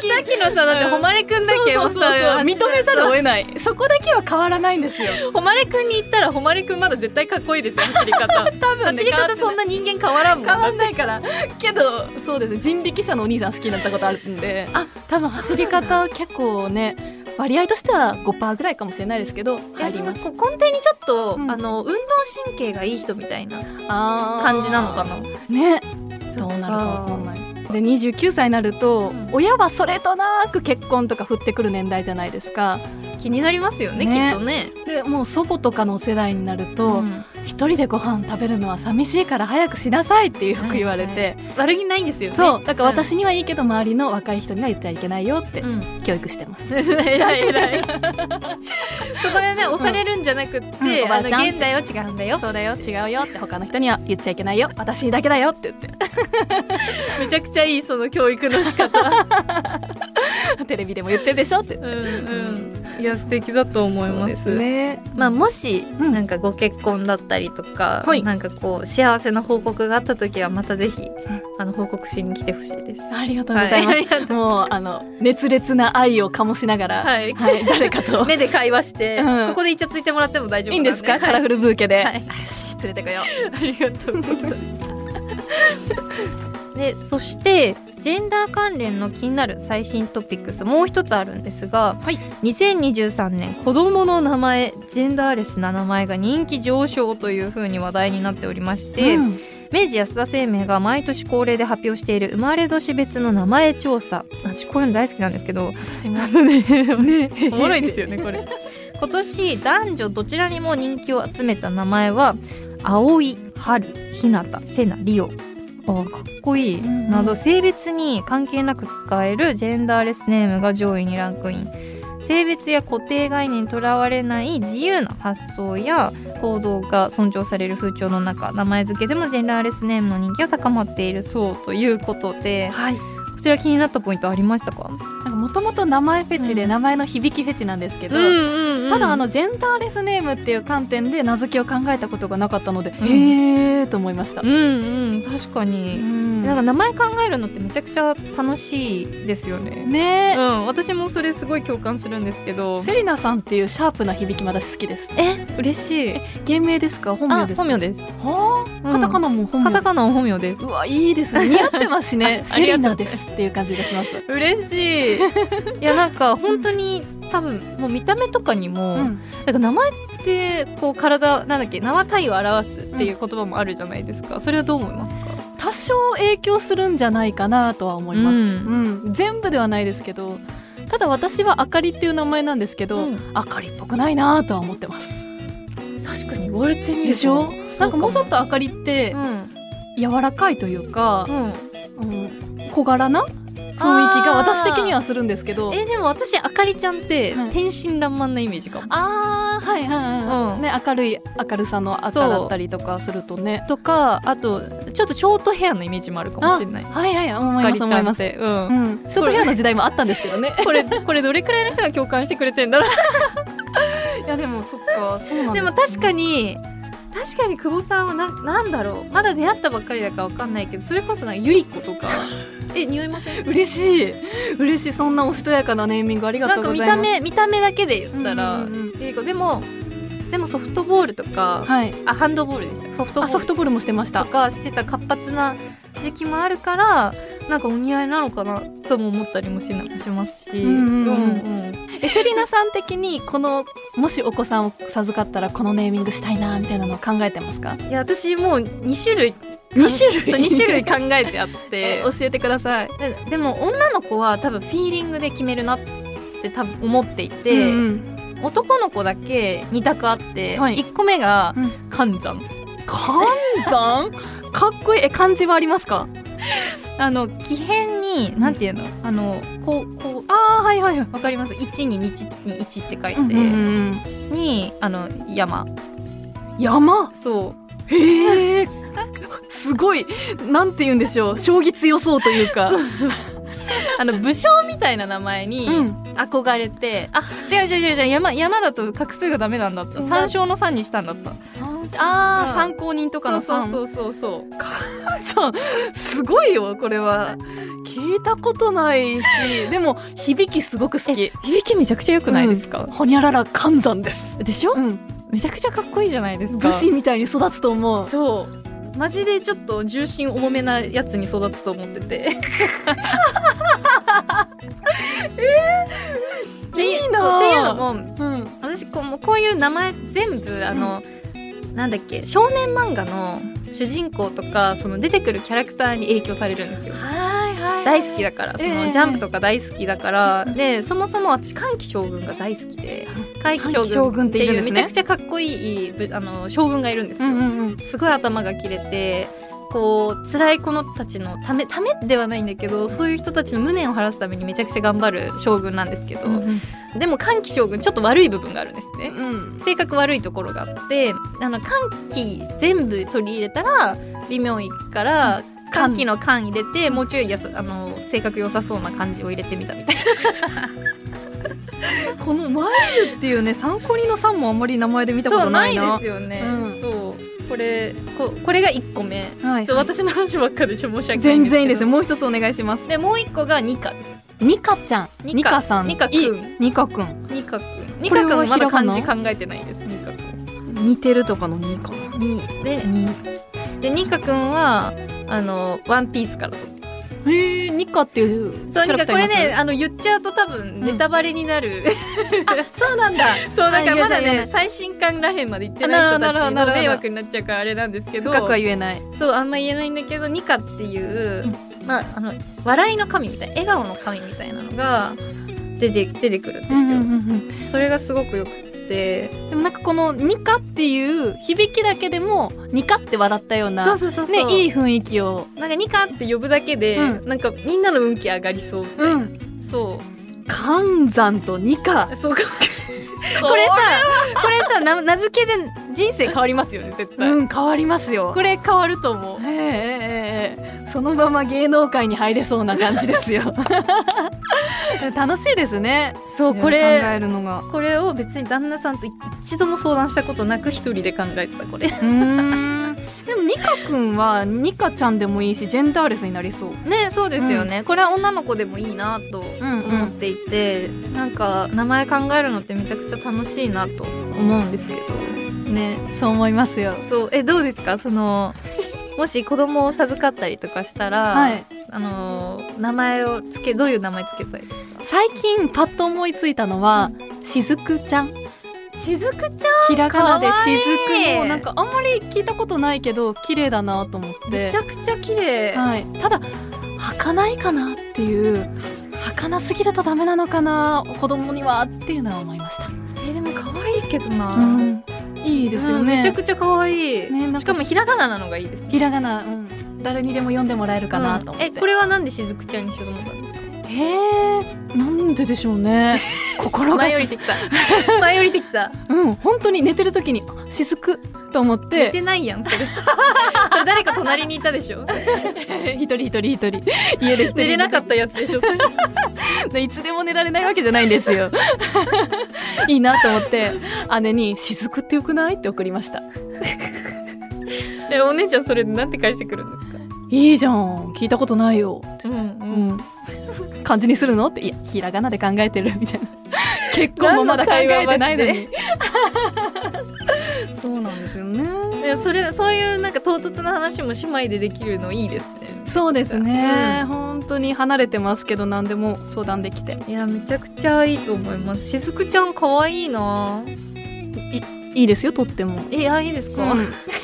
Speaker 3: き
Speaker 1: さっきのさだって誉くんだけを
Speaker 3: そうそうそう
Speaker 1: さ
Speaker 3: 認めざるを得ないそこだけは変わらないんですよ
Speaker 1: 誉くんに言ったら誉くんまだ絶対かっこいいですよ走り方
Speaker 3: 多分、
Speaker 1: 走り方そんな人間変わらんもん
Speaker 3: 変わんないからけどそうですね人力車のお兄さん好きになったことあるんで
Speaker 1: あ
Speaker 3: 多分走り方結構ね割合としては5%ぐらいかもしれないですけど
Speaker 1: いや
Speaker 3: 入
Speaker 1: で
Speaker 3: り
Speaker 1: も
Speaker 3: ます
Speaker 1: こう根底にちょっと、
Speaker 3: うん
Speaker 1: あの運動神経がいい人みたいな
Speaker 3: 感
Speaker 1: 感じなのかな
Speaker 3: ねどうなるかわかんないで29歳になると
Speaker 1: うん
Speaker 3: 親はそれとなく結婚とか振ってくる年代じゃないですか
Speaker 1: 気になりますよね
Speaker 3: ね
Speaker 1: きっとね、
Speaker 3: でもう祖母とかの世代になると
Speaker 1: うん
Speaker 3: 一人でご飯食べるのは寂しいから早くしなさいってよく言われて
Speaker 1: 悪気ないんですよね
Speaker 3: そうだから私にはいいけど周りの若い人には言っちゃいけないよって
Speaker 1: うん
Speaker 3: 教育してます
Speaker 1: えらいえら いそこでね押されるんじゃなくって、
Speaker 3: うんおば
Speaker 1: あ
Speaker 3: あ
Speaker 1: の
Speaker 3: ちゃん
Speaker 1: 現代は違うんだよ
Speaker 3: そうだよ違うよって他の人には言っちゃいけないよ私にだけだよって言 っ
Speaker 1: めちゃくちゃいいその教育の仕方
Speaker 3: てテレビでも言ってるでしょって
Speaker 1: うんうんいや素敵だと思います
Speaker 3: ね
Speaker 1: まあもし、
Speaker 3: うん
Speaker 1: なんかご結婚だったりとか、
Speaker 3: はい
Speaker 1: なんかこう幸せな報告があった時はまたぜひ、あの報告しに来てほしいです。
Speaker 3: ありがとうございま
Speaker 1: はいあ
Speaker 3: す
Speaker 1: りがとう
Speaker 3: もうあの熱烈な愛を醸しながら、
Speaker 1: は
Speaker 3: はいい誰かと
Speaker 1: 目で会話して、
Speaker 3: うん
Speaker 1: ここでイチャついてもらっても大丈夫
Speaker 3: いいんですか、
Speaker 1: は
Speaker 3: カラフルブーケで、
Speaker 1: はい
Speaker 3: よし連れてこよ
Speaker 1: ありがとうございます。 でそしてジェンダー関連の気になる最新トピックスもう一つあるんですが、
Speaker 3: はい
Speaker 1: 2023年子どもの名前ジェンダーレスな名前が人気上昇というふうに話題になっておりまし
Speaker 3: う、
Speaker 1: て、
Speaker 3: うん
Speaker 1: 明治安田生命が毎年恒例で発表している生まれ年別の名前調査私こういうの大好きなんですけど
Speaker 3: 私も
Speaker 1: おもろいですよねこれ今年男女どちらにも人気を集めた名前は葵春日向瀬名リオあーかっこいい
Speaker 3: んうん
Speaker 1: など性別に関係なく使えるジェンダーレスネームが上位にランクイン性別や固定概念にとらわれない自由な発想や行動が尊重される風潮の中名前付けでもジェンダーレスネームの人気が高まっているそうということで
Speaker 3: はい
Speaker 1: こちら気になったポイントありましたか、
Speaker 3: もともと名前フェチで、名前の響きフェチなんですけど、ただあのジェンダーレスネームっていう観点で名付けを考えたことがなかったので、
Speaker 1: ん
Speaker 3: へーと思いました、
Speaker 1: うんうん確か
Speaker 3: う
Speaker 1: に、
Speaker 3: ん
Speaker 1: なんか名前考えるのってめちゃくちゃ楽しいですよね、
Speaker 3: ね
Speaker 1: う
Speaker 3: え、
Speaker 1: ん私もそれすごい共感するんですけど
Speaker 3: セリナさんっていうシャープな響き私好きです
Speaker 1: え嬉しい
Speaker 3: 芸名ですか本名
Speaker 1: あ
Speaker 3: ですか
Speaker 1: 本名です、
Speaker 3: はあカタカ
Speaker 1: ナ
Speaker 3: ナも本
Speaker 1: カ
Speaker 3: 名で
Speaker 1: タ
Speaker 3: す
Speaker 1: カナは本名です
Speaker 3: うわいいですね似合ってますしね
Speaker 1: あありがと
Speaker 3: セリ
Speaker 1: う
Speaker 3: ナですっていう感じがします
Speaker 1: 嬉しい いやなんか本当に多分もう見た目とかにも、
Speaker 3: うん
Speaker 1: なんか名前ってこう体なんだっけ名は体を表すっていう言葉もあるじゃないですか、それはどう思いますか
Speaker 3: 多少影響するんじゃないかなとは思います、
Speaker 1: う
Speaker 3: うんん全部ではないですけどただ私はあかりっていう名前なんですけど、
Speaker 1: うん
Speaker 3: あかりっぽくないなとは思ってます
Speaker 1: 確かに言われてみ
Speaker 3: でしょなんかもうちょっとあかりっ
Speaker 1: う
Speaker 3: て
Speaker 1: ん
Speaker 3: 柔らかいというか
Speaker 1: う、ん
Speaker 3: うん小柄な雰囲気が私的にはするんですけど
Speaker 1: えでも私あかりちゃんって
Speaker 3: はい
Speaker 1: 天真爛漫なイメージかも、
Speaker 3: あーはいはいはい、
Speaker 1: うん
Speaker 3: ね明るい明るさの赤だったりとかするとね
Speaker 1: とかあとちょっとショートヘアのイメージもあるかもしれない
Speaker 3: はいはいはい思
Speaker 1: あか
Speaker 3: いま
Speaker 1: り
Speaker 3: す
Speaker 1: ち
Speaker 3: 思い
Speaker 1: ゃん
Speaker 3: ま
Speaker 1: っ
Speaker 3: す
Speaker 1: てうん
Speaker 3: うん、ショートヘアの時代もあったんですけ どね
Speaker 1: これこれどれくらいの人が共感してくれてんだろう
Speaker 3: いやでもそっかそうなん
Speaker 1: でも確かに確かに久保さんはななんだろうまだ出会ったばっかりだからわかんないけどそれこそなんかゆり子とか え匂いません
Speaker 3: 嬉しい嬉しいそんなおしとやかなネーミングありが
Speaker 1: な
Speaker 3: と
Speaker 1: ん
Speaker 3: う
Speaker 1: か
Speaker 3: ご
Speaker 1: 見
Speaker 3: ざいま
Speaker 1: た
Speaker 3: す
Speaker 1: 目見た目だけで言ったら、
Speaker 3: うんうんうん
Speaker 1: ゆり子でもでもソフトボールとか、
Speaker 3: はい
Speaker 1: あハンドボールでしたソフトボ
Speaker 3: あ
Speaker 1: ー
Speaker 3: ソ
Speaker 1: ル
Speaker 3: フトボールもしてまし
Speaker 1: と
Speaker 3: た
Speaker 1: かしてた活発な時期もあるからなんかお似合いなのかなとも思ったりもしなしますし、
Speaker 3: うんうんうん
Speaker 1: うん
Speaker 3: えセリナさん的にこのもしお子さんを授かったらこのネーミングしたいなみたいなのを考えてますか
Speaker 1: いや私もう2種類
Speaker 3: 二種類
Speaker 1: そう2種類考えてあって
Speaker 3: え教えてください
Speaker 1: ででも女の子は多分フィーリングで決めるなって多分思っていて、
Speaker 3: うん
Speaker 1: 男の子だけ2択あって、
Speaker 3: はい
Speaker 1: 1個目が
Speaker 3: うん
Speaker 1: 寒山、
Speaker 3: 寒山かっこいいえ漢字はありますか
Speaker 1: あの奇変になんていうのあのこうこう
Speaker 3: あーはいはいはい
Speaker 1: わかります1に日に1って書いて、
Speaker 3: うんうんうん
Speaker 1: にあの山
Speaker 3: 山
Speaker 1: そ
Speaker 3: へえすごいなんて言うんでしょう将棋強そうというか、
Speaker 1: うあの武将みたいな名前に
Speaker 3: うん、
Speaker 1: 憧れて、あ違う違う違う違う山山だと画数がダメなんだった
Speaker 3: うん
Speaker 1: 山椒の3にしたんだった
Speaker 3: あー、
Speaker 1: うん
Speaker 3: 参考人とかの
Speaker 1: そう
Speaker 3: う
Speaker 1: そうそうそう
Speaker 3: そうすごいよこれは聞いたことないしでも響きすごく好き
Speaker 1: 響きめちゃくちゃ良くないですか、
Speaker 3: ほにゃらら寒山です、
Speaker 1: でしょ
Speaker 3: うん、
Speaker 1: めちゃくちゃかっこいいじゃないですか
Speaker 3: 武士みたいに育つと思う
Speaker 1: そうマジでちょっと重心重めなやつに育つと思っててえー、 いい
Speaker 3: なあ
Speaker 1: っていうのも
Speaker 3: うん
Speaker 1: 私こうもうこういう名前全部あの、なんだっけ少年漫画の主人公とかその出てくるキャラクターに影響されるんですよ
Speaker 3: はいはい
Speaker 1: 大好きだから、そ
Speaker 3: え
Speaker 1: の
Speaker 3: え
Speaker 1: ジャンプとか大好きだから、でそもそも私寒気将軍が大好きで寒気将
Speaker 3: 寒気将
Speaker 1: 軍
Speaker 3: 軍
Speaker 1: っ
Speaker 3: ってて
Speaker 1: い
Speaker 3: いうるんですね
Speaker 1: めちゃくちゃかっこいいぶあの将軍がいるんです
Speaker 3: う
Speaker 1: よ、
Speaker 3: んうんうん
Speaker 1: すごい頭が切れてこう辛い子のたちのためためではないんだけどそういう人たちの無念を晴らすためにめちゃくちゃ頑張る将軍なんですけど、
Speaker 3: うん
Speaker 1: でも寒気将軍ちょっと悪い部分があるんですね、
Speaker 3: うん
Speaker 1: 性格悪いところがあってあの寒気全部取り入れたら微妙いから寒気の寒入れてもうちょいやさあの性格良さそうな感じを入れてみたみ たいな
Speaker 3: この「マイル」っていうね参考人の「さん」もあんまり名前で見たこ
Speaker 1: そ
Speaker 3: と
Speaker 1: う
Speaker 3: な
Speaker 1: ないいで
Speaker 3: な
Speaker 1: すよね、
Speaker 3: うん
Speaker 1: そうこれここれが1個目、
Speaker 3: はい
Speaker 1: ちょ私の話ばっかでしょ申し訳ないんですけど
Speaker 3: 全然いいですよもう一つお願いします
Speaker 1: でもう1個がニカです
Speaker 3: ニカちゃん
Speaker 1: ニ
Speaker 3: ニ
Speaker 1: カ
Speaker 3: カさん
Speaker 1: ニカくん
Speaker 3: いいニカくん
Speaker 1: ニカくんニ
Speaker 3: これ
Speaker 1: カ
Speaker 3: は
Speaker 1: くんまだ
Speaker 3: ひらが
Speaker 1: 漢
Speaker 3: な
Speaker 1: 字考えてないですニカくん
Speaker 3: 似てるとかのニカな
Speaker 1: にででニカくんはあのワンピースからと
Speaker 3: へえニカっていう
Speaker 1: そう、
Speaker 3: キ
Speaker 1: な
Speaker 3: ャ
Speaker 1: ん
Speaker 3: ラ
Speaker 1: か
Speaker 3: クタ
Speaker 1: こ
Speaker 3: ー
Speaker 1: れ
Speaker 3: います
Speaker 1: ね、あの言っちゃうと多分ネタバレになる。
Speaker 3: そうなんだ
Speaker 1: そう、だからまだ
Speaker 3: あ言えな
Speaker 1: ね
Speaker 3: い、
Speaker 1: 最新刊らへんまで行ってない人たちの迷惑になっちゃうからあれなんですけど、
Speaker 3: 深くは言えない
Speaker 1: そう、あんま言えないんだけど、ニカっていう、まあ、あの、笑いの神みたいな、笑顔の神みたいなのが出て、出てくるんですよ。それがすごくよくって、
Speaker 3: でもなんかこの「ニカ」っていう響きだけでも「ニカ」って笑ったような
Speaker 1: そうそう
Speaker 3: ね
Speaker 1: い
Speaker 3: い
Speaker 1: い。
Speaker 3: い雰囲気を
Speaker 1: なんかニカって呼ぶだけで、
Speaker 3: う
Speaker 1: なんかみんなの運気上がりそうみたいな。
Speaker 3: うん
Speaker 1: そう。
Speaker 3: 寒山と二課
Speaker 1: そうかこれさこれさな名付けで人生変わりますよね絶対、
Speaker 3: うん変わりますよ
Speaker 1: これ変わると思う
Speaker 3: ええええええそのまま芸能界に入れそうな感じで すよ楽しいですね
Speaker 1: そうこ
Speaker 3: 考
Speaker 1: れ
Speaker 3: えるのが
Speaker 1: これを別に旦那さんと一度も相談したことなく一人で考えてたこれ
Speaker 3: うーんでもニカくんはニカちゃんでもいいしジェンダーレスになりそう
Speaker 1: ねそうですよね、これは女の子でもいいなと思っていて、なんか名前考えるのってめちゃくちゃ楽しいなと思うんですけどね
Speaker 3: そう思いますよ
Speaker 1: そうえどうですかそのもし子供を授かったりとかしたら、
Speaker 3: はい
Speaker 1: あのー名前をつけどういう名前つけたいですか
Speaker 3: 最近パッと思いついたのはしずくちゃん
Speaker 1: しずくち
Speaker 3: ひらがなでしず
Speaker 1: かわいい
Speaker 3: くもなんかあんまり聞いたことないけど綺麗だなと思っ
Speaker 1: ゃんめ
Speaker 3: て
Speaker 1: ちゃくちゃ綺麗、
Speaker 3: はい、ただ儚いかなっていう儚すぎるとダメなのかな子供にはっていうのは思いました、
Speaker 1: えでも可愛いけどな、
Speaker 3: うん、いいですよね、
Speaker 1: うんめちゃくちゃ可愛い、
Speaker 3: ねなんか
Speaker 1: しかもひらがななのがいいですね
Speaker 3: ひらがな、うん、誰にでも読んでもらえるかなと思って、
Speaker 1: うんえこれはなんでしずくちゃんにしようと思ったんですか
Speaker 3: えー、なんででしょう ね心が
Speaker 1: 前降り
Speaker 3: す
Speaker 1: てきた前降りてきた
Speaker 3: うん本当に寝てる時にあしずくと思っ
Speaker 1: 寝
Speaker 3: て
Speaker 1: てないやんそれ それ誰か隣にいたで しょ
Speaker 3: 一人一人一人家で一人
Speaker 1: 寝れなかったやつでしょ
Speaker 3: いつでも寝られないわけじゃないんですよ いいなと思って姉に「しずくってよくない?」って送りました
Speaker 1: えお姉ちゃんそれなんて返してくるんですか
Speaker 3: いいじゃん聞いたことないよ、
Speaker 1: うん
Speaker 3: うん、漢字にするのっていやひらがなで考えてるみたいな結婚もまだ考えてないのにそうなんですよね
Speaker 1: うんえそれそういうなんか唐突な話も姉妹でできるのいいですね
Speaker 3: そうですね、本当に離れてますけど何でも相談できて
Speaker 1: いやめちゃくちゃいいと思いますしずくちゃん可愛いない
Speaker 3: いですよとっても、
Speaker 1: えあいいですか、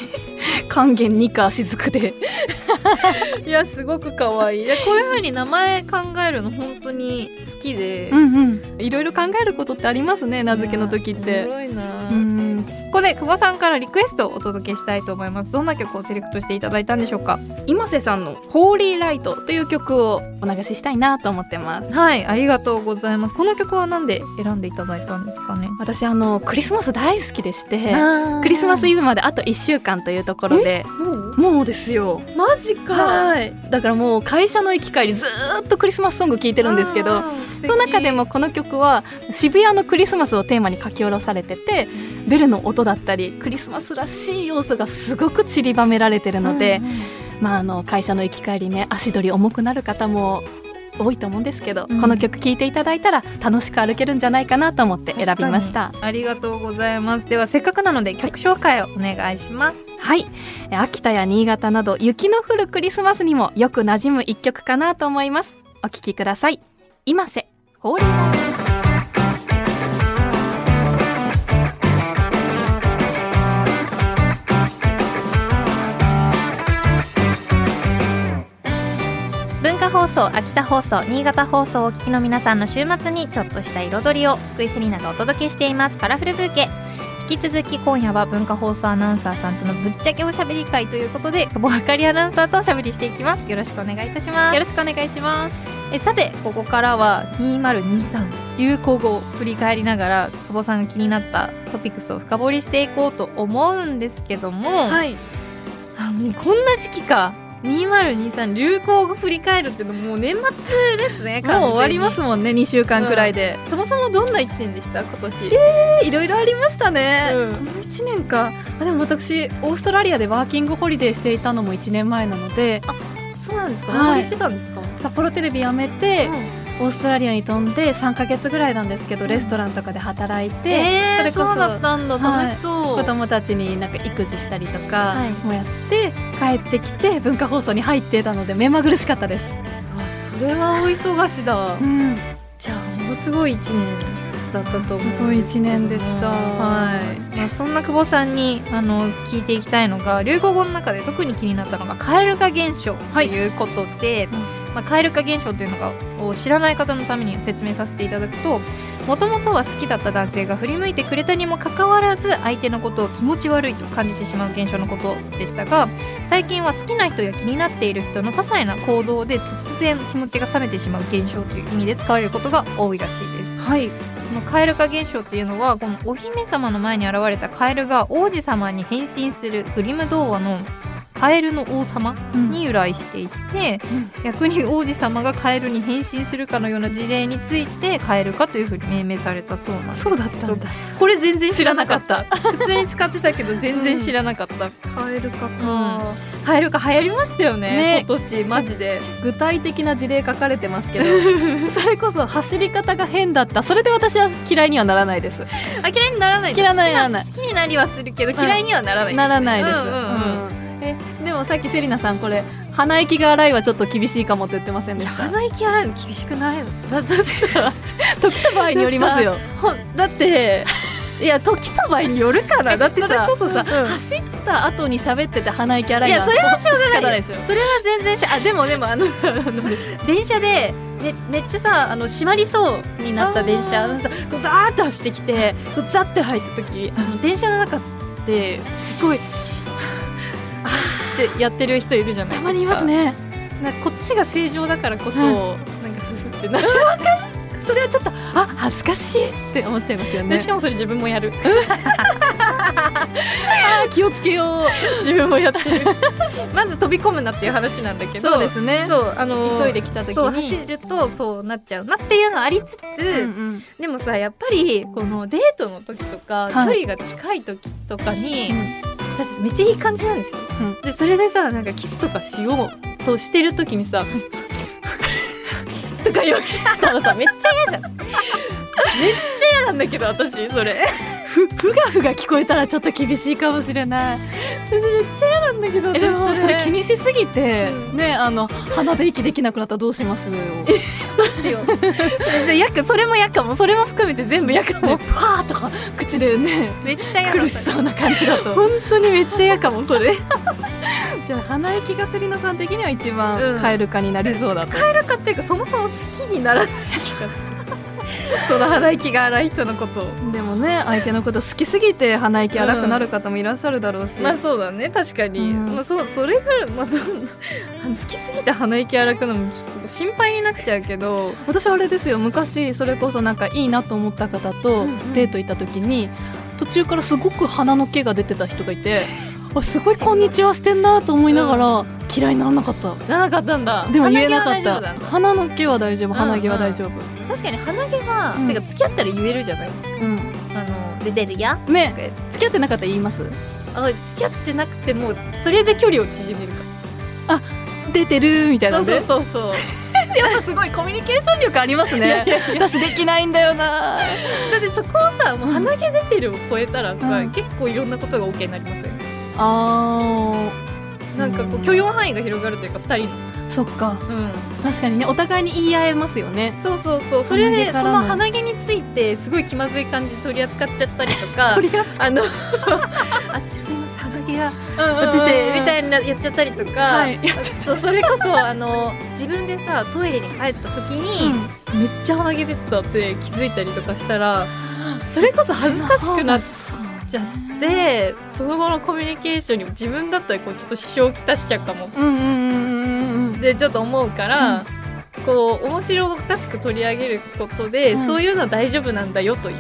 Speaker 3: 還元にかしずくで
Speaker 1: いやすごく可愛いいやこういう風に名前考えるの本当に好きで、
Speaker 3: んうんいろいろ考えることってありますね名付けの時っ
Speaker 1: いやおも
Speaker 3: て
Speaker 1: ろいな、
Speaker 3: うん
Speaker 1: ここで久保さんからリクエストをお届けしたいと思いますどんな曲をセレクトしていただいたんでしょうか
Speaker 3: 今瀬さんの「ホーリーライト」という曲をお流ししたいなと思ってます
Speaker 1: はいありがとうございますこの曲はなんで選んでいただいたんですかね
Speaker 3: 私あのクリスマス大好きでしてク
Speaker 1: ク
Speaker 3: リスマスイブまであと1週間というところでもうですよ
Speaker 1: マジかはい
Speaker 3: だからもう会社の行き帰りずーっとクリスマスソング聴いてるんですけどその中でもこの曲は渋谷のクリスマスをテーマに書き下ろされててベルの音だったりクリスマスらしい要素がすごく散りばめられてるので、まあ、あの会社の行き帰りね足取り重くなる方も多いと思うんですけど、
Speaker 1: うん
Speaker 3: この曲聴いていただいたら楽しく歩けるんじゃないかなと思って選びました
Speaker 1: ありがとうございますではせっかくなので曲紹介をお願いします
Speaker 3: はいえ秋田や新潟など雪の降るクリスマスにもよく馴染む一曲かなと思いますお聴きください今瀬ホーリーライト
Speaker 5: 文化放送秋田放送新潟放送をお聞きの皆さんの週末にちょっとした彩りを福井セリナがお届けしていますカラフルブーケ引き続き今夜は文化放送アナウンサーさんとのぶっちゃけおしゃべり会ということで久保あかりアナウンサーとおしゃべりしていきますよろしくお願いいたします
Speaker 1: よろしくお願いします
Speaker 5: えさてここからは2023流行語を振り返りながら久保さんが気になったトピックスを深掘りしていこうと思うんですけども、
Speaker 3: はい
Speaker 5: あもう
Speaker 1: こんな時期か2023流行語振り返るっていうのもう年末ですね完全に
Speaker 3: もう終わりますもんね2週間くらいで、
Speaker 1: そもそもどんな1年でした今年
Speaker 3: いろいろありましたね、
Speaker 1: うん
Speaker 3: この1年かあでも私オーストラリアでワーキングホリデーしていたのも1年前なので
Speaker 1: そうなんですか
Speaker 3: はい
Speaker 1: 何してたんですか、
Speaker 3: 札幌テレビ辞めて、オーストラリアに飛んで3ヶ月ぐらいなんですけどレストランとかで働いて、
Speaker 1: え
Speaker 3: そ
Speaker 1: ー、
Speaker 3: れこそ
Speaker 1: そうだったんだ
Speaker 3: はい
Speaker 1: 楽しそう、
Speaker 3: 子供たちになんか育児したりとか
Speaker 1: はい
Speaker 3: もやって、帰ってきて文化放送に入ってたので目まぐるしかったです、
Speaker 1: あそれはお忙しだ
Speaker 3: ん、す
Speaker 1: じゃあものすごい1年だったと思う
Speaker 3: ごい1年でした、
Speaker 1: はい、まあ、そんな久保さんにあの聞いていきたいのが流行語の中で特に気になったのが蛙化現象ということで、まあ、蛙化現象というのがを知らない方のために説明させていただくともともとは好きだった男性が振り向いてくれたにもかかわらず相手のことを気持ち悪いと感じてしまう現象のことでしたが最近は好きな人や気になっている人の些細な行動で突然気持ちが冷めてしまう現象という意味で使われることが多いらしいです。
Speaker 3: はい
Speaker 1: この蛙化現象っていうのはこのお姫様の前に現れたカエルが王子様に変身するグリム童話のカエルの王様に由来していて、逆に王子様がカエルに変身するかのような事例についてカエル化というふうに命名されたそうなんです
Speaker 3: そうだったんだ
Speaker 1: これ全然知らなかった 普通に使ってたけど全然知らなかった、
Speaker 3: カエル
Speaker 1: か
Speaker 3: 化
Speaker 1: カエル化流行りましたよね
Speaker 3: ね
Speaker 1: 今年マジで
Speaker 3: 具体的な事例書かれて ますけどそれこそ走り方が変だったそれで私は嫌いにはならないです
Speaker 1: あ嫌いにならない
Speaker 3: 嫌いにはならない
Speaker 1: 好きになりはするけど
Speaker 3: うん
Speaker 1: 嫌いにはならないですね、
Speaker 3: ならないです、
Speaker 1: うんうんうん
Speaker 3: うんえでもさっきセリナさんこれ鼻息が荒いはちょっと厳しいかもって言ってませんでした
Speaker 1: 鼻息荒いの厳しくないのだだってさ
Speaker 3: 時と場合によりますよ
Speaker 1: ほんだっていや時と場合によるかなだって
Speaker 3: それ
Speaker 1: さ
Speaker 3: こそさ、
Speaker 1: うん
Speaker 3: 走った後に喋ってて鼻息荒い
Speaker 1: いやそれ
Speaker 3: はしょ
Speaker 1: うがない
Speaker 3: でしょ
Speaker 1: それは全然しあでもでもあのさ あの電車でめめっちゃさあの閉まりそうになった電車あのさこうザーッて走ってきてこうザッて入った時あの電車の中ってすごいってやってる人いるじゃないですか
Speaker 3: たまにいますね
Speaker 1: なんかこっちが正常だからこそ、
Speaker 3: うん
Speaker 1: なんかふふってなる、
Speaker 3: それはちょっとあ恥ずかしいって思っちゃいますよ
Speaker 1: で
Speaker 3: ね
Speaker 1: しかもそれ自分もやる
Speaker 3: あ気をつけよう自分もやって
Speaker 1: まず飛び込むなっていう話なんだけど
Speaker 3: そうですね
Speaker 1: そうあの
Speaker 3: 急いで来た時
Speaker 1: そう
Speaker 3: に
Speaker 1: 走るとそうなっちゃうなっていうのはありつつ、
Speaker 3: うんうん
Speaker 1: でもさやっぱりこのデートの時とか、
Speaker 3: はい
Speaker 1: 距離が近い時とかに、
Speaker 3: うん
Speaker 1: 私めっちゃいい感じなんですよ、
Speaker 3: うん
Speaker 1: でそれでさなんかキスとかしようとしてる時にさ とか言われたらさめっちゃ嫌じゃんめっちゃ嫌なんだけど私それ
Speaker 3: ふふがふが聞こえたらちょっと厳しいかもしれない
Speaker 1: 私めっちゃ嫌なんだけど
Speaker 3: えでもそれ気にしすぎて、
Speaker 1: うん
Speaker 3: ねあの鼻で息できなくなったらどうしますよ
Speaker 1: しよう 全然やかそれもやかもそれも含めて全部やか
Speaker 3: もう
Speaker 1: も
Speaker 3: ファーとか口でね
Speaker 1: めっちゃ嫌
Speaker 3: 苦しそうな感じだ と
Speaker 1: 本当にめっちゃ嫌かもそれ
Speaker 3: じゃあ鼻息がセリナさん的には一
Speaker 1: う
Speaker 3: 番
Speaker 1: ん
Speaker 3: カエル化になりそうだと、
Speaker 1: 変えるかっていうかそもそも好きにならないからその鼻息が荒い人のことを
Speaker 3: でもね相手のこと好きすぎて鼻息荒くなる方もいらっしゃるだろうし、
Speaker 1: まあそうだね確かに、
Speaker 3: うん
Speaker 1: まあそう それが、まあ、どんなあの好きすぎて鼻息荒くのもちょっと心配になっちゃうけど
Speaker 3: 私あれですよ昔それこそなんかいいなと思った方と
Speaker 1: うんうん
Speaker 3: デート行った時に、途中からすごく鼻の毛が出てた人がい てあすごいこんにちはしてんなと思いながら、嫌いにならなかった
Speaker 1: ならなかったんだ
Speaker 3: でも言えなかっ
Speaker 1: 鼻毛は
Speaker 3: た
Speaker 1: 大丈夫なんだ
Speaker 3: 鼻の毛は大丈夫鼻毛は大丈夫、
Speaker 1: 確かに鼻毛は、
Speaker 3: うん
Speaker 1: てか付き合ったら言えるじゃない
Speaker 3: うん
Speaker 1: あの出てるや
Speaker 3: ね付き合ってなかったら言います
Speaker 1: あ付き合ってなくてもそれで距離を縮めるか
Speaker 3: 出てるみたいな
Speaker 1: そ
Speaker 3: の
Speaker 1: うそう
Speaker 3: で
Speaker 1: そうそう
Speaker 3: やっぱすごいコミュニケーション力ありますね私できないんだよな
Speaker 1: だってそこをさもう鼻毛出てるを超えたらさ、
Speaker 3: うん
Speaker 1: 結構いろんなことが OK になりません
Speaker 3: あ
Speaker 1: なんかこ
Speaker 3: う
Speaker 1: うん許容範囲が広がるというか2人
Speaker 3: ーそっか
Speaker 1: のうん
Speaker 3: 確かにねお互いに言い合えますよね
Speaker 1: そうそうそうそれで
Speaker 3: 鼻毛
Speaker 1: そ
Speaker 3: からの
Speaker 1: の鼻毛についてすごい気まずい感じで取り扱っちゃったりとか
Speaker 3: りあ
Speaker 1: あの あすいません鼻毛が
Speaker 3: え
Speaker 1: 出てみ
Speaker 3: い
Speaker 1: たいなやっちゃったりとか、
Speaker 3: はい
Speaker 1: そうそれこそあの自分でさトイレに帰った時に、めっちゃ鼻毛出てたって気づいたりとかしたらそれこそ恥ずかしくなっちゃってその後のコミュニケーションにも自分だったらこうちょっと支障をきたしちゃうかも
Speaker 3: うんうんうんうんうん
Speaker 1: でちょっと思うから、こう面白おかしく取り上げることで、
Speaker 3: うん
Speaker 1: そういうのは大丈夫なんだよと い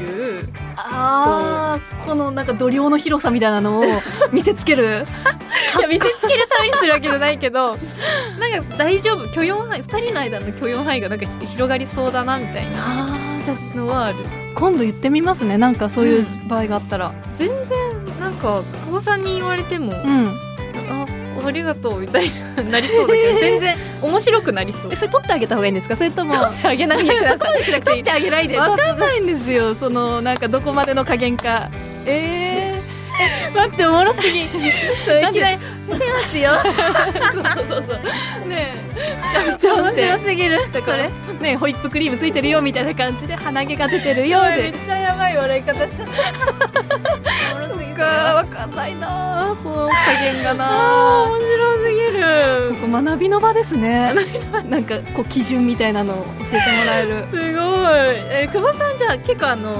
Speaker 1: う
Speaker 3: あーこのなんか度量の広さみたいな のを見せつける
Speaker 1: いや見せつけるためにするわけじゃないけどなんか大丈夫許容範囲2人の間の許容範囲がなんか広がりそうだなみたいな
Speaker 3: あーじゃあ
Speaker 1: のはある
Speaker 3: 今度言ってみますねなんかそういう場合があったら
Speaker 1: 全然なんか久保さんに言われても、
Speaker 3: うん
Speaker 1: あありがとうみたいななりそうだけど全然面白くなりそう
Speaker 3: えそれ取ってあげた方がいいんですかそれともわ
Speaker 1: あげないでください 取ってあげないで
Speaker 3: かんないんですよそのなんかどこまでの加減かえ
Speaker 1: 待っておもろすぎい
Speaker 3: なんで
Speaker 1: きなり「見てますよ」そうそうそう
Speaker 3: ー、ねえ
Speaker 1: ち
Speaker 3: ち
Speaker 1: ょ
Speaker 3: ょ
Speaker 1: っと
Speaker 3: っ
Speaker 1: 面
Speaker 3: と
Speaker 1: 白すぎるこれ
Speaker 3: ねえホイップクリームついてるよみたいな感じで鼻毛が出てるようで
Speaker 1: ちゃやばい笑い方した面白すぎる
Speaker 3: かわか
Speaker 6: がたいなあこう加減がなあ面白すぎる
Speaker 3: こう学びの場ですね なんかこう基準みたいなのを教えてもらえる
Speaker 1: すごいえ久保さんじゃあ結構あの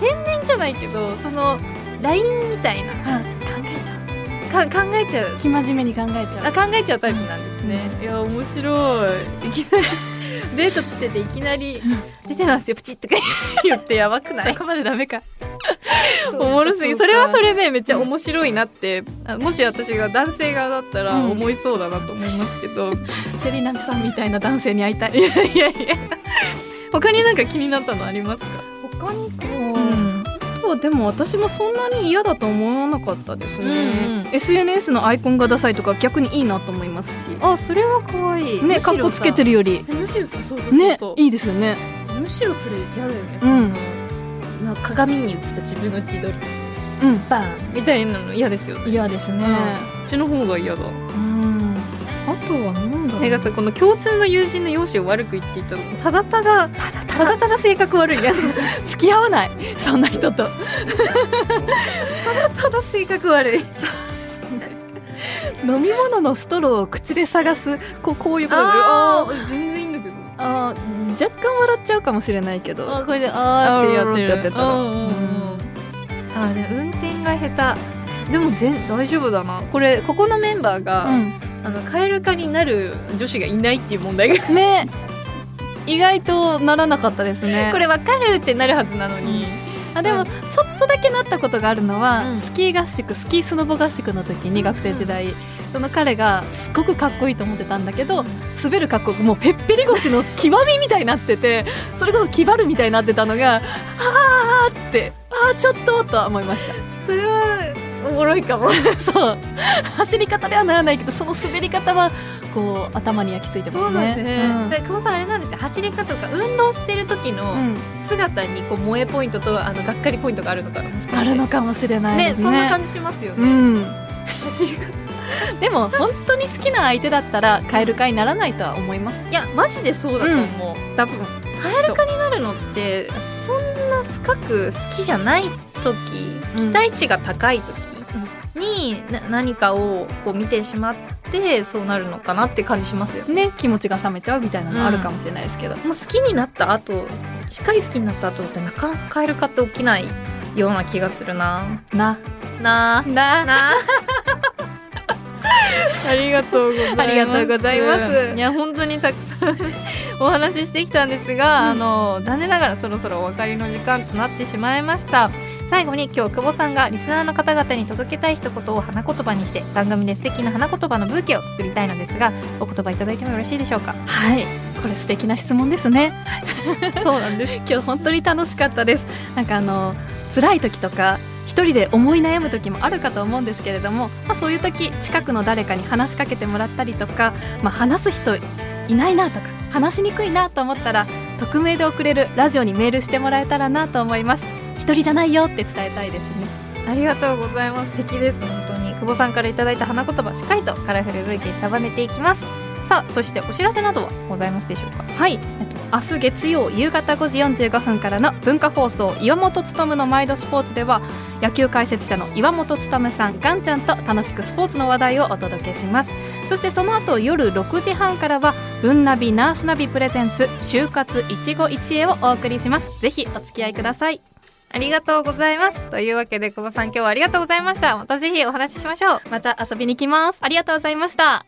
Speaker 1: 天然じゃないけどその LINE みたいな
Speaker 3: 考えちゃう
Speaker 1: か考えちゃう
Speaker 3: 生真面目に考えちゃ
Speaker 1: あ考えちゃうタイプなんですね、いや面白いいき なりデートしてていきなり「出てますよプチ」って言ってやばくな
Speaker 3: う
Speaker 1: い
Speaker 3: そこまでダ メか
Speaker 1: おもろすぎ
Speaker 3: そ
Speaker 1: そ
Speaker 3: うか
Speaker 1: れはそれでめっちゃ面白いなってあもし私が男性側だったら
Speaker 3: うん
Speaker 1: 思いそうだなと 思いますけど、
Speaker 3: セリナさんみたいな男性に会いたい
Speaker 1: いやいや他になんか気になったのありますか、
Speaker 3: 他にこう、
Speaker 1: ん、
Speaker 3: あとはでも私もそんなに嫌だと思わなかったです
Speaker 1: う
Speaker 3: ね、
Speaker 1: んうん
Speaker 3: SNS のアイコンがダサいとか逆にいいなと思いますし
Speaker 1: あそれは可愛い
Speaker 3: ねカッコつけて
Speaker 1: る
Speaker 3: るより
Speaker 1: むしろさそうそうそう
Speaker 3: ね
Speaker 1: そう
Speaker 3: いいですよね
Speaker 1: むしろそれ嫌だよね、
Speaker 3: うん
Speaker 1: その鏡に映った自分の自撮り
Speaker 3: うん
Speaker 1: バーンみたいなの嫌ですよね
Speaker 3: 嫌ですね
Speaker 1: そっちの方が嫌だ
Speaker 3: うんあとはなんだろう
Speaker 1: なんかさこの共通の友人の容姿を悪く言っていたのもただただただただ性格悪いやつ
Speaker 3: 付き合わない そんな人と
Speaker 1: ただ 性格悪い
Speaker 3: 飲み物のストローを口で探すこうこういうことで
Speaker 1: ああ全然いいんだけど
Speaker 3: あー若干笑っちゃうかもしれないけど
Speaker 1: あーこれであーってやってる
Speaker 3: あーってやってたら
Speaker 1: うんうんうんあーでも運転が下手でも全大丈夫だなこれここのメンバーが、
Speaker 3: うん
Speaker 1: あのカエル化になる女子がいないっていう問題が
Speaker 3: ね意外とならなかったです ね
Speaker 1: これわかるってなるはずなのに、
Speaker 3: あでもちょっとだけなったことがあるのは、
Speaker 1: うん
Speaker 3: スキー合宿スキースノボ合宿の時に学生時代、その彼がすごくかっこいいと思ってたんだけど、滑る格好もうへっぺり腰の極みみたいになっててそれこそ気張るみたいになってたのがあーってあーちょっととは思いまし
Speaker 1: それはおもろいかも
Speaker 3: た そう走り方ではならないけどその滑り方はこう頭に焼き付いてますね
Speaker 1: そうだね、
Speaker 3: うん
Speaker 1: で久保さんあれなんですよ走り方とか運動してる時
Speaker 3: う
Speaker 1: の
Speaker 3: ん
Speaker 1: 姿にこう萌えポイントとあのがっかりポイントがあるのかなもしかして
Speaker 3: あるのかもしれない
Speaker 1: ね
Speaker 3: ですね
Speaker 1: そんな感じしますよね、
Speaker 3: うん。でも本当に好きな相手だったら蛙化にならないとは思います。
Speaker 1: いやマジでそうだと思う、
Speaker 3: 多分。
Speaker 1: カエル化になるのってそんな深く好きじゃない時期待値が高い時に、な何かをこう見てしまってそうなるのかなって感じしますよ
Speaker 3: ね気持ちが冷めちゃうみたいなのあるかもしれないですけど。
Speaker 1: もう好きになった後しっかり好きになった後ってなかなかカエル化って起きないような気がするな
Speaker 3: な。
Speaker 1: なあ
Speaker 3: な。
Speaker 1: なあ ありがとうございます
Speaker 6: ありがとうございます
Speaker 1: いや本当にたくさんお話ししてきたんですが、あの残念ながらそろそろお別れの時間となってしまいました最後に今日久保さんがリスナーの方々に届けたい一言を花言葉にして番組で素敵な花言葉のブーケを作りたいのですがお言葉いただいてもよろしいでしょうか
Speaker 3: はい。これ素敵な質問ですね。
Speaker 1: そうなんです
Speaker 3: 今日本当に楽しかったです。なんかあの辛い時とか。一人で思い悩む時もあるかと思うんですけれども、まあ、そういう時近くの誰かに話しかけてもらったりとか、まあ、話す人いないなとか話しにくいなと思ったら匿名で送れるラジオにメールしてもらえたらなと思います一人じゃないよって伝えたいですね
Speaker 1: ありがとうございます。素敵です。本当に久保さんからいただいた花言葉しっかりとカラフルブーケに束ねていきます。さあ、そしてお知らせなどはございますでしょうか。
Speaker 3: はい、えっと明日月曜夕方5時45分からの文化放送岩本勉の毎度スポーツでは野球解説者の岩本勉さんガンちゃんと楽しくスポーツの話題をお届けしますそしてその後夜6時半からは文ナビナースナビプレゼンツ就活一期一会をお送りしますぜひお付き合いください
Speaker 1: ありがとうございます。というわけで久保さん今日はありがとうございました。またぜひお話ししましょう。
Speaker 3: また遊びに来ますありがとうございました